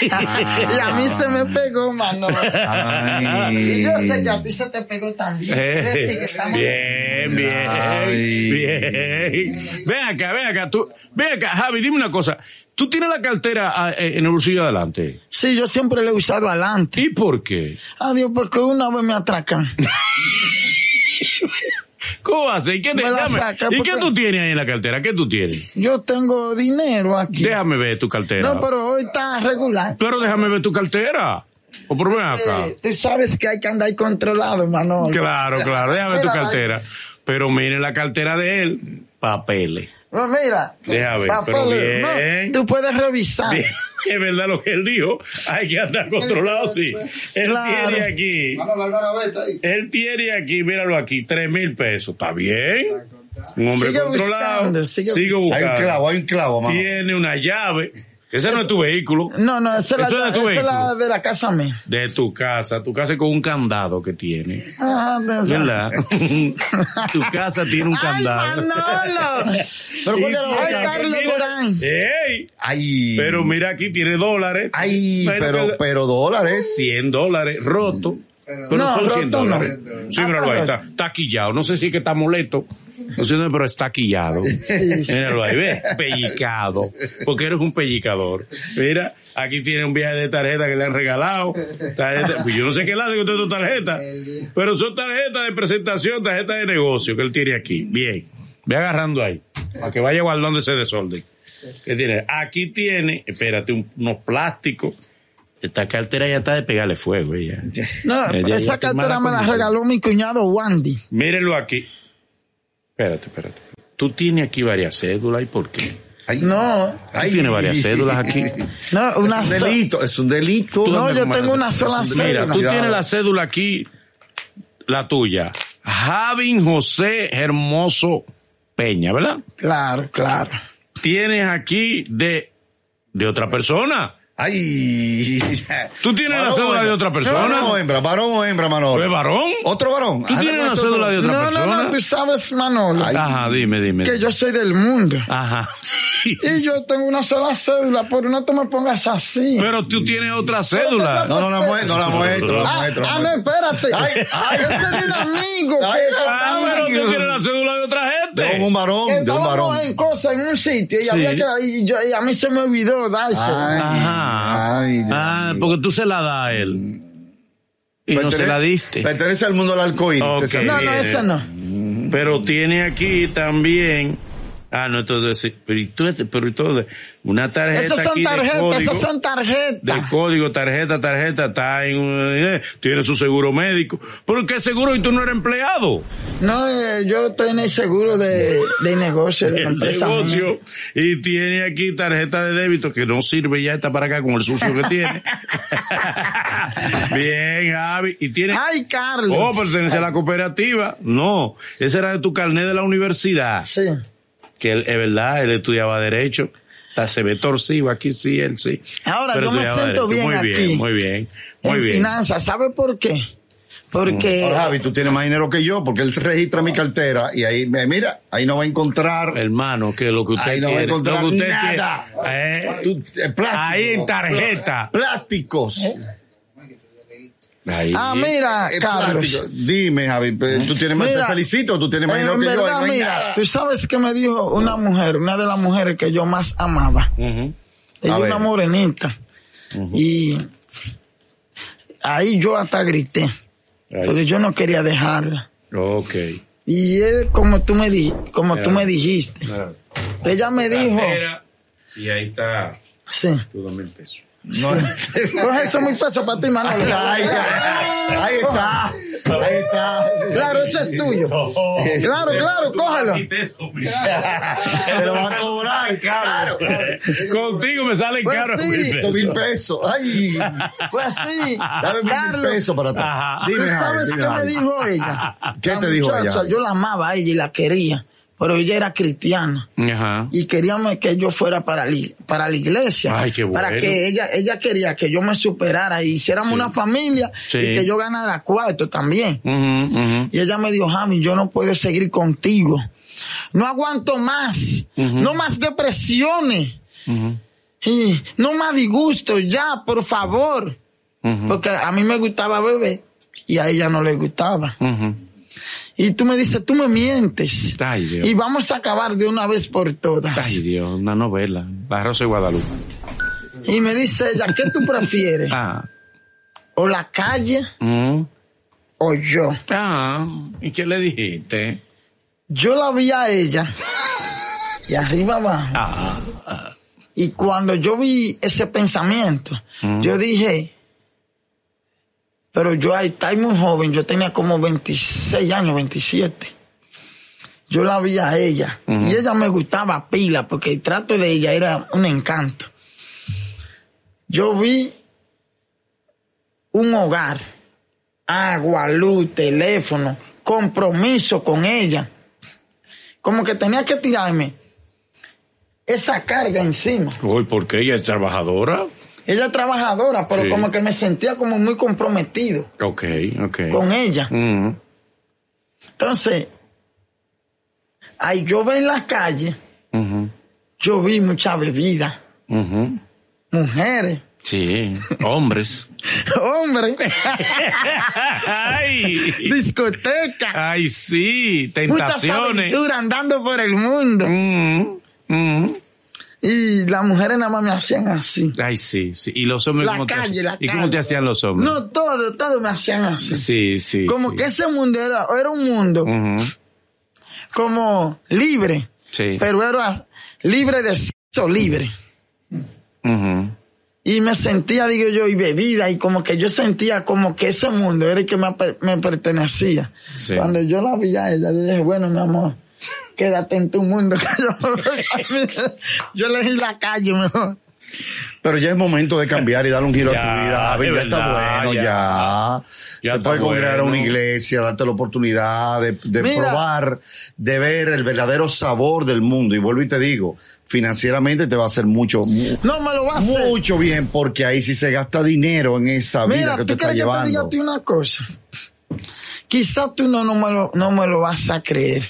Speaker 3: y a mí se me pegó, mano.
Speaker 1: Ay.
Speaker 3: Y yo sé que a ti se te pegó también. Es decir, que estamos-
Speaker 2: Eh, (laughs) Bien, bien,
Speaker 1: Ay.
Speaker 2: bien. Ven acá, ven acá, tú, ven acá, Javi, dime una cosa. Tú tienes la cartera ah, eh, en el bolsillo de adelante.
Speaker 3: Sí, yo siempre lo he usado adelante.
Speaker 2: ¿Y por qué?
Speaker 3: Adiós, porque una vez me atracan.
Speaker 2: ¿Cómo hace? ¿Y qué, te-
Speaker 3: Me la
Speaker 2: déjame-
Speaker 3: saca, pues.
Speaker 2: ¿y
Speaker 3: porque-
Speaker 2: qué tú tienes ahí en la cartera? ¿Qué tú tienes?
Speaker 3: Yo tengo dinero aquí.
Speaker 2: Déjame ver tu cartera.
Speaker 3: No, pero hoy está regular.
Speaker 2: Pero déjame ver tu cartera. O por ven acá.
Speaker 3: Eh, tú sabes que hay que andar controlado, Manolo.
Speaker 2: Claro, claro, déjame ver tu
Speaker 3: Mira,
Speaker 2: cartera. Pero mire la cartera de él, papeles.
Speaker 3: No, Pues mira.
Speaker 2: Deja ver, pero bien.
Speaker 3: tú puedes revisar.
Speaker 2: Bien, (laughs) Es verdad lo que él dijo, hay que andar controlado, sí. Él
Speaker 3: Claro.
Speaker 2: tiene aquí,
Speaker 4: Manolo, Álvaro, vete ahí.
Speaker 2: él tiene aquí, míralo aquí, tres mil pesos. ¿Está bien? Un hombre
Speaker 3: Sigue
Speaker 2: controlado.
Speaker 3: buscando, sigue
Speaker 2: sigo
Speaker 1: Hay
Speaker 2: buscando.
Speaker 1: un clavo, hay un clavo, mano.
Speaker 2: Tiene una llave. Ese no es tu vehículo.
Speaker 3: No, no, esa es la,
Speaker 2: Eso es de tu
Speaker 3: esa es la
Speaker 2: vehículo.
Speaker 3: de la casa mía.
Speaker 2: De tu casa. Tu casa es con un candado que tiene.
Speaker 3: Ajá, Ah, de esa.
Speaker 1: (laughs)
Speaker 2: ¿Verdad? tu casa tiene un
Speaker 3: ¡Ay,
Speaker 2: candado.
Speaker 1: (laughs)
Speaker 3: Manolo! Pero
Speaker 2: Y
Speaker 3: ¿cuál era?
Speaker 2: tiene-
Speaker 3: ¡Ay, Carlos
Speaker 2: mira,
Speaker 3: Durán!
Speaker 2: ¡Ey!
Speaker 1: Ay,
Speaker 2: Pero mira aquí, tiene dólares.
Speaker 1: ay,
Speaker 2: Bueno, pues,
Speaker 1: pero, pero dólares.
Speaker 2: 100 dólares roto.
Speaker 4: Pero-
Speaker 2: Pero
Speaker 3: No,
Speaker 2: son 100
Speaker 3: roto no.
Speaker 2: dólares. Sí, míralo ahí, está, está quillado. No sé si es que está molesto, no sé, pero está quillado.
Speaker 3: Sí, sí.
Speaker 2: Míralo ahí, ves, pellicado, porque eres un pellicador. Mira, aquí tiene un viaje de tarjeta que le han regalado. Tarjeta- pues yo no sé qué le hace con todas estas tarjetas, pero son tarjetas de presentación, tarjetas de negocio que él tiene aquí. Bien, ve agarrando ahí, para que vaya guardando ese desorden. ¿Qué tiene? Aquí tiene, espérate, un- unos plásticos. Esta cartera ya está de pegarle fuego. Ya.
Speaker 3: (laughs) No,
Speaker 2: Eh, ya-
Speaker 3: esa
Speaker 2: ya firmada
Speaker 3: cartera me la
Speaker 2: conmigo.
Speaker 3: regaló mi cuñado Wandy.
Speaker 2: Mírenlo aquí. Espérate, espérate. Tú tienes aquí varias cédulas y por qué.
Speaker 1: Ay,
Speaker 3: No,
Speaker 2: Ahí tiene varias cédulas (laughs) aquí.
Speaker 3: no,
Speaker 1: (laughs)
Speaker 3: una
Speaker 1: Es un
Speaker 3: so-
Speaker 1: delito, es un delito.
Speaker 2: Tú
Speaker 3: No,
Speaker 2: dame
Speaker 3: yo
Speaker 2: como-
Speaker 3: tengo una sola
Speaker 2: Mira,
Speaker 3: cédula.
Speaker 2: tú
Speaker 1: Cuidado.
Speaker 2: tienes la cédula aquí, la tuya. Javin José Hermoso Peña, ¿verdad?
Speaker 3: Claro, claro.
Speaker 2: Tienes aquí de, de otra persona.
Speaker 1: Ay. (laughs)
Speaker 2: ¿Tú tienes la
Speaker 1: Varón o
Speaker 2: cédula de
Speaker 1: hembra.
Speaker 2: otra persona?
Speaker 1: Varón o hembra, varón o hembra,
Speaker 2: ¿Tú eres
Speaker 1: Manolo.
Speaker 2: varón?
Speaker 1: Otro varón.
Speaker 2: ¿Tú
Speaker 1: Ah,
Speaker 2: tienes
Speaker 1: no,
Speaker 2: la
Speaker 1: este
Speaker 2: cédula
Speaker 1: otro-
Speaker 2: de otra
Speaker 3: No, no,
Speaker 2: persona?
Speaker 3: no, tú sabes, Manolo,
Speaker 2: Ajá, dime, dime.
Speaker 3: que yo soy del mundo.
Speaker 1: Ah.
Speaker 2: Ajá. (laughs)
Speaker 3: Y yo tengo una sola cédula, pero no te me pongas así.
Speaker 2: Pero tú tienes otra cédula.
Speaker 1: No, no la muestro, no la muestro, no la
Speaker 3: ah,
Speaker 1: muestro.
Speaker 3: ah, no, espérate.
Speaker 1: Ay, ay.
Speaker 3: Ese es un amigo que,
Speaker 1: Ay,
Speaker 2: Ah, pero tú tienes la cédula de otra
Speaker 1: De un
Speaker 2: gente.
Speaker 3: que
Speaker 1: varón, de un
Speaker 3: estábamos
Speaker 1: varón.
Speaker 3: en cosas en un sitio y, había que, y, yo- y a mí se me olvidó dársela.
Speaker 2: Ajá.
Speaker 1: Ay, Dios
Speaker 2: ah,
Speaker 1: mío. Pues
Speaker 2: porque tú se la das a él. Y no se
Speaker 1: Pertene-
Speaker 2: la diste.
Speaker 1: Pertenece al mundo del alcohol.
Speaker 2: Ok.
Speaker 3: no,
Speaker 1: eh.
Speaker 3: no,
Speaker 2: bien.
Speaker 3: esa no.
Speaker 2: Pero tiene aquí también. Ah, no, entonces, sí, pero, y tú- pero entonces, una tarjeta.
Speaker 3: Esas son
Speaker 2: aquí de
Speaker 3: tarjetas,
Speaker 2: código,
Speaker 3: esas son
Speaker 2: De
Speaker 3: tarjetas.
Speaker 2: código, tarjeta, tarjeta, está en. un- eh, tiene su seguro médico. ¿Pero qué seguro? Y tú no eres empleado.
Speaker 3: No, eh, yo estoy en el seguro de, de negocio,
Speaker 2: (laughs)
Speaker 3: de la
Speaker 2: El
Speaker 3: empresa. mía.
Speaker 2: negocio. Y tiene aquí tarjeta de débito que no sirve ya, está para acá con el sucio que
Speaker 3: (laughs)
Speaker 2: tiene. Bien, Javi. Y tiene.
Speaker 3: Ay, Carlos.
Speaker 2: Oh, pertenece a la cooperativa. No, ese era de tu carnet de la universidad.
Speaker 3: Sí.
Speaker 2: que él, es verdad, él estudiaba derecho. Hasta se ve torcido aquí, sí, él sí.
Speaker 3: Ahora, yo me
Speaker 2: estudiaba
Speaker 3: siento bien
Speaker 2: muy
Speaker 3: aquí.
Speaker 2: bien, muy bien, muy
Speaker 3: en
Speaker 2: bien.
Speaker 3: finanzas, ¿sabe por qué? Porque...
Speaker 1: Ahora, Javi, tú tienes más dinero que yo porque él registra
Speaker 3: Oh.
Speaker 1: mi cartera y ahí, me- mira, ahí no va a encontrar.
Speaker 2: Hermano, que lo que usted
Speaker 1: Ahí no va a
Speaker 2: quiere,
Speaker 1: encontrar
Speaker 2: lo que usted
Speaker 1: nada.
Speaker 2: quiere, eh,
Speaker 1: tú- eh, plástico.
Speaker 2: ahí en tarjeta.
Speaker 1: Plásticos.
Speaker 3: Eh.
Speaker 2: Ahí.
Speaker 3: Ah, mira,
Speaker 1: Eh,
Speaker 3: Carlos.
Speaker 1: plástico. Dime, Javi, eh, tú tienes más,
Speaker 3: Mira,
Speaker 1: te felicito, tú tienes más dinero
Speaker 3: En
Speaker 1: que yo. ¿eh? ahí
Speaker 3: verdad,
Speaker 1: no hay
Speaker 3: mira,
Speaker 1: nada.
Speaker 3: tú sabes que me dijo una mujer, una de las mujeres que yo más amaba.
Speaker 2: Ujú.
Speaker 3: Ella
Speaker 1: A
Speaker 3: una
Speaker 1: ver.
Speaker 3: morenita. Y ahí yo hasta grité,
Speaker 2: Ahí.
Speaker 3: porque yo no quería dejarla.
Speaker 2: Ok.
Speaker 3: Y él, como tú me, di, como tú me dijiste, ella me dijo,
Speaker 2: Cartera, Y ahí está
Speaker 3: sí,
Speaker 2: tu dos mil pesos.
Speaker 1: No-
Speaker 3: coge esos mil pesos para ti, Manolo.
Speaker 1: Ay, ay, ay, (laughs) ahí está, ahí está.
Speaker 3: Claro, eso es tuyo. Claro, claro, cógelo.
Speaker 2: pues.
Speaker 1: Te lo van a cobrar,
Speaker 2: Claro. Contigo me salen
Speaker 3: Pues
Speaker 2: caros
Speaker 3: sí,
Speaker 2: mil
Speaker 1: Son
Speaker 2: pesos.
Speaker 1: mil pesos. Ay,
Speaker 3: Pues sí,
Speaker 1: dame mil
Speaker 3: Carlos.
Speaker 1: pesos para atrás.
Speaker 2: Ajá.
Speaker 3: ¿Tú
Speaker 1: Dime, Javi,
Speaker 3: sabes
Speaker 1: dime,
Speaker 3: qué me
Speaker 1: Javi.
Speaker 3: dijo ella?
Speaker 1: ¿Qué
Speaker 3: La
Speaker 1: te dijo
Speaker 3: muchacha,
Speaker 1: ella?
Speaker 3: Yo la amaba a ella y la quería, pero ella era cristiana
Speaker 2: Ajá.
Speaker 3: y queríamos que yo fuera para, li- para la iglesia.
Speaker 2: Ay, qué bueno.
Speaker 3: Para que ella, ella quería que yo me superara y hiciéramos
Speaker 2: Sí.
Speaker 3: una familia
Speaker 2: Sí.
Speaker 3: y que yo ganara cuarto también.
Speaker 2: Ujú, ujú.
Speaker 3: Y ella me dijo, Javi, yo no puedo seguir contigo. No aguanto más.
Speaker 2: Ujú.
Speaker 3: No más depresiones.
Speaker 2: Ujú,
Speaker 3: Y no más disgusto. Ya, por favor.
Speaker 2: ujú,
Speaker 3: Porque a mí me gustaba beber y a ella no le gustaba.
Speaker 2: ujú.
Speaker 3: Y tú me dices, tú me mientes.
Speaker 2: Ay, Dios.
Speaker 3: Y vamos a acabar de una vez por todas.
Speaker 2: Ay, Dios, una novela. La Rosa de Guadalupe.
Speaker 3: Y me dice ella, ¿qué tú prefieres?
Speaker 2: (laughs) Ah.
Speaker 3: ¿O la calle
Speaker 2: Mm.
Speaker 3: o yo?
Speaker 2: Ah, ¿y qué le dijiste?
Speaker 3: Yo la vi a ella. Y arriba abajo.
Speaker 2: Ah,
Speaker 3: Y cuando yo vi ese pensamiento, yo dije, pero yo ahí estaba muy joven, yo tenía como 26 años, 27. Yo la vi a ella y ella me gustaba pila porque el trato de ella era un encanto. Yo vi un hogar, agua, luz, teléfono, compromiso con ella. Como que tenía que tirarme esa carga encima.
Speaker 2: uy, ¿por qué ella es trabajadora?
Speaker 3: Ella es trabajadora, pero
Speaker 2: Sí.
Speaker 3: como que me sentía como muy comprometido
Speaker 2: Ok, ok.
Speaker 3: con ella.
Speaker 2: Mm.
Speaker 3: Entonces, ahí yo ve en la calle,
Speaker 2: Ujú,
Speaker 3: yo vi mucha bebida,
Speaker 2: ujú.
Speaker 3: mujeres, (laughs)
Speaker 2: Sí, hombres.
Speaker 3: hombres,
Speaker 2: Ay,
Speaker 3: (laughs) discoteca,
Speaker 2: ay, sí,
Speaker 3: muchas
Speaker 2: tentaciones.
Speaker 3: aventuras andando por el mundo.
Speaker 2: Mm, mm.
Speaker 3: Y las mujeres nada más me hacían así.
Speaker 2: Ay, sí, sí. ¿Y los hombres
Speaker 3: La
Speaker 2: cómo te
Speaker 3: calle,
Speaker 2: hacían?
Speaker 3: la
Speaker 2: ¿Y cómo
Speaker 3: calle.
Speaker 2: te hacían los hombres?
Speaker 3: No, todo, todo me hacían así.
Speaker 2: Sí, sí.
Speaker 3: como
Speaker 2: sí. Mm.
Speaker 3: que ese mundo era, era un mundo
Speaker 2: Ujú,
Speaker 3: como libre,
Speaker 2: Sí.
Speaker 3: pero era libre de sexo libre.
Speaker 2: Ujú.
Speaker 3: Y me sentía, digo yo, y bebida, y como que yo sentía como que ese mundo era el que me, per- me pertenecía.
Speaker 2: Sí.
Speaker 3: Cuando yo la vi a ella, yo dije, bueno, mi amor, quédate en tu mundo, (laughs) que yo me voy pa' mí". Yo elegí la calle mejor.
Speaker 1: Pero ya es momento de cambiar y dar un giro
Speaker 2: Ya,
Speaker 1: a tu vida. Javi,
Speaker 2: de
Speaker 1: ya
Speaker 2: verdad,
Speaker 1: está bueno,
Speaker 2: ya.
Speaker 1: ya.
Speaker 2: Ya
Speaker 1: Te
Speaker 2: está
Speaker 1: puedes congregar a
Speaker 2: bueno.
Speaker 1: una iglesia, darte la oportunidad de, de
Speaker 3: Mira.
Speaker 1: probar, de ver el verdadero sabor del mundo. Y vuelvo y te digo, financieramente te va a hacer mucho, mu-
Speaker 3: No me lo va a hacer.
Speaker 1: mucho bien, porque ahí sí se gasta dinero en esa vida
Speaker 3: Mira,
Speaker 1: que
Speaker 3: tú
Speaker 1: tú estás
Speaker 3: quieres que te diga
Speaker 1: llevando.
Speaker 3: a ti una cosa. Quizás tú no, no, me lo, no me lo vas a creer.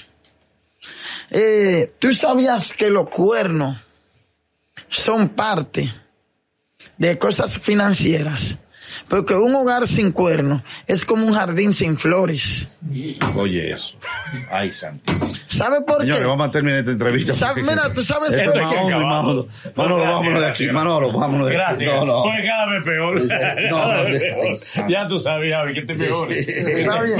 Speaker 3: Eh, tú sabías que los cuernos son parte de cosas financieras. Porque un hogar sin cuernos es como un jardín sin flores.
Speaker 1: Oye, eso. Ay, santísimo.
Speaker 3: ¿Sabe por qué?
Speaker 1: Señores, vamos a terminar esta entrevista.
Speaker 3: Sabe-
Speaker 1: porque-
Speaker 3: mira, tú sabes
Speaker 1: Esto
Speaker 3: por
Speaker 1: es más
Speaker 3: qué.
Speaker 1: hondo y más hondo. Manolo, vámonos de aquí. Manolo, vámonos de aquí. No, no.
Speaker 2: Pues cada vez peor.
Speaker 1: no,
Speaker 2: Cada vez
Speaker 1: no,
Speaker 2: peor.
Speaker 1: exacto.
Speaker 2: Ya tú sabes, Javi,
Speaker 1: (laughs)
Speaker 2: que te peor.
Speaker 3: Está bien.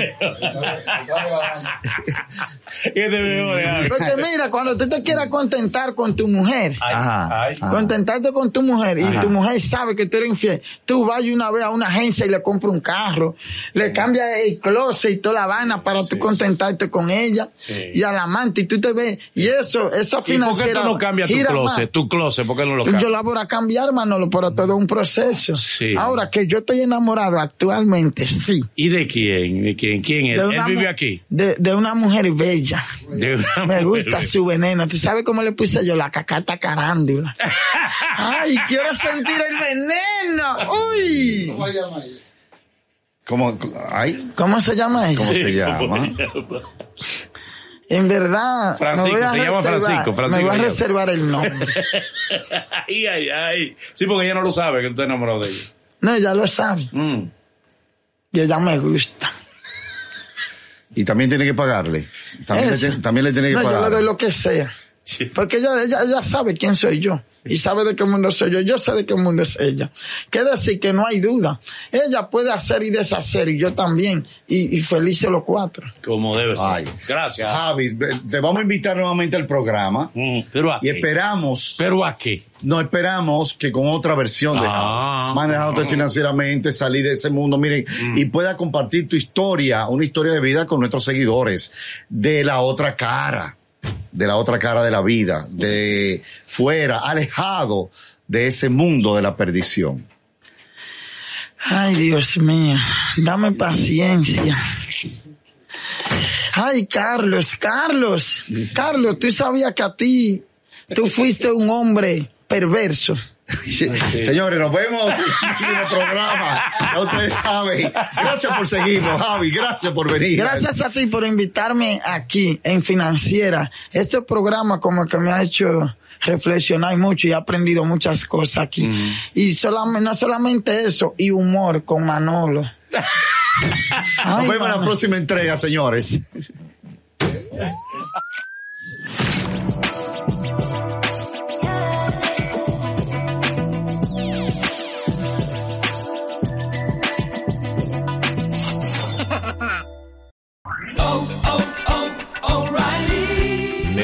Speaker 2: Que te peor, Javi.
Speaker 3: Porque mira, cuando tú te quieras contentar con tu mujer,
Speaker 1: Ajá.
Speaker 2: Ay.
Speaker 1: Ajá.
Speaker 3: contentarte con tu mujer y
Speaker 1: Ajá.
Speaker 3: tu mujer sabe que tú eres infiel, tú vas una vez a una agencia y le compras un carro, le cambias el closet y toda la vaina para tú contentarte con ella
Speaker 2: Sí.
Speaker 3: y al amante y tú te ves y eso, esa
Speaker 2: ¿Y por qué
Speaker 3: financiera
Speaker 2: tú no cambias tu
Speaker 3: gira
Speaker 2: closet?
Speaker 3: más.
Speaker 2: Tu closet, ¿por qué no lo cambias?
Speaker 3: Yo la voy a cambiar, Manolo, pero todo un proceso.
Speaker 2: Sí.
Speaker 3: Ahora que yo estoy enamorado actualmente, sí.
Speaker 2: ¿Y de quién? ¿De quién? ¿Quién es?
Speaker 3: De
Speaker 2: Él
Speaker 3: una
Speaker 2: vive
Speaker 3: mu-
Speaker 2: aquí.
Speaker 3: De, de una mujer bella.
Speaker 2: De (laughs) una
Speaker 3: Me
Speaker 2: mujer.
Speaker 3: gusta su veneno. ¿Tú sabes cómo le puse yo? La cacata
Speaker 2: (laughs)
Speaker 3: carándula. ¡Ay, quiero sentir el veneno! ¡Uy!
Speaker 4: ¿Cómo se llama ella?
Speaker 1: ¿Cómo? Ay,
Speaker 3: ¿Cómo se llama ella?
Speaker 1: ¿cómo se llama?
Speaker 3: En verdad,
Speaker 2: Francisco,
Speaker 3: me voy a
Speaker 2: se llama
Speaker 3: reservar-
Speaker 2: Francisco, Francisco
Speaker 3: me voy a
Speaker 2: se llama.
Speaker 3: reservar el nombre.
Speaker 2: Ay, ay, ay. Sí, porque ella no lo sabe que tú estás enamorado de ella.
Speaker 3: No, ella lo sabe.
Speaker 2: Mm.
Speaker 3: Y ella me gusta.
Speaker 1: Y también tiene que pagarle. También, le,
Speaker 3: Eso.
Speaker 1: tiene- también le tiene que
Speaker 3: no,
Speaker 1: pagar.
Speaker 3: yo le doy lo que sea.
Speaker 2: Sí.
Speaker 3: Porque ella, ella, ella sabe quién soy yo. Y sabe de qué mundo soy yo. Yo sé de qué mundo es ella. Quiere decir que no hay duda. Ella puede hacer y deshacer. Y yo también. Y, y felices los cuatro.
Speaker 2: Como debe ser.
Speaker 1: Ay.
Speaker 2: Gracias.
Speaker 1: Javi, ve- te vamos a invitar nuevamente al programa
Speaker 2: Mm, (laughs) Pero aquí.
Speaker 1: y esperamos,
Speaker 2: Pero aquí.
Speaker 1: no esperamos que con otra versión de
Speaker 2: Ah.
Speaker 1: Javi,
Speaker 2: Mm.
Speaker 1: manejándote financieramente, salir de ese mundo, miren, y pueda compartir tu historia, una historia de vida con nuestros seguidores, de la otra cara, de la otra cara de la vida, de fuera, alejado de ese mundo de la perdición.
Speaker 3: Ay, Dios mío. Dame paciencia. Ay, Carlos, Carlos, Carlos, tú sabías que a ti, tú fuiste un hombre perverso.
Speaker 1: Señores, nos vemos en el próximo programa. Ya ustedes saben. Gracias por seguirnos, Javi. Gracias por venir.
Speaker 3: Gracias a ti por invitarme aquí en Financiera. Este programa como que me ha hecho reflexionar mucho y he aprendido muchas cosas aquí. Y solamente, no solamente eso, y humor con Manolo.
Speaker 1: Nos
Speaker 3: Ay,
Speaker 1: vemos en la
Speaker 3: Manolo.
Speaker 1: próxima entrega, señores.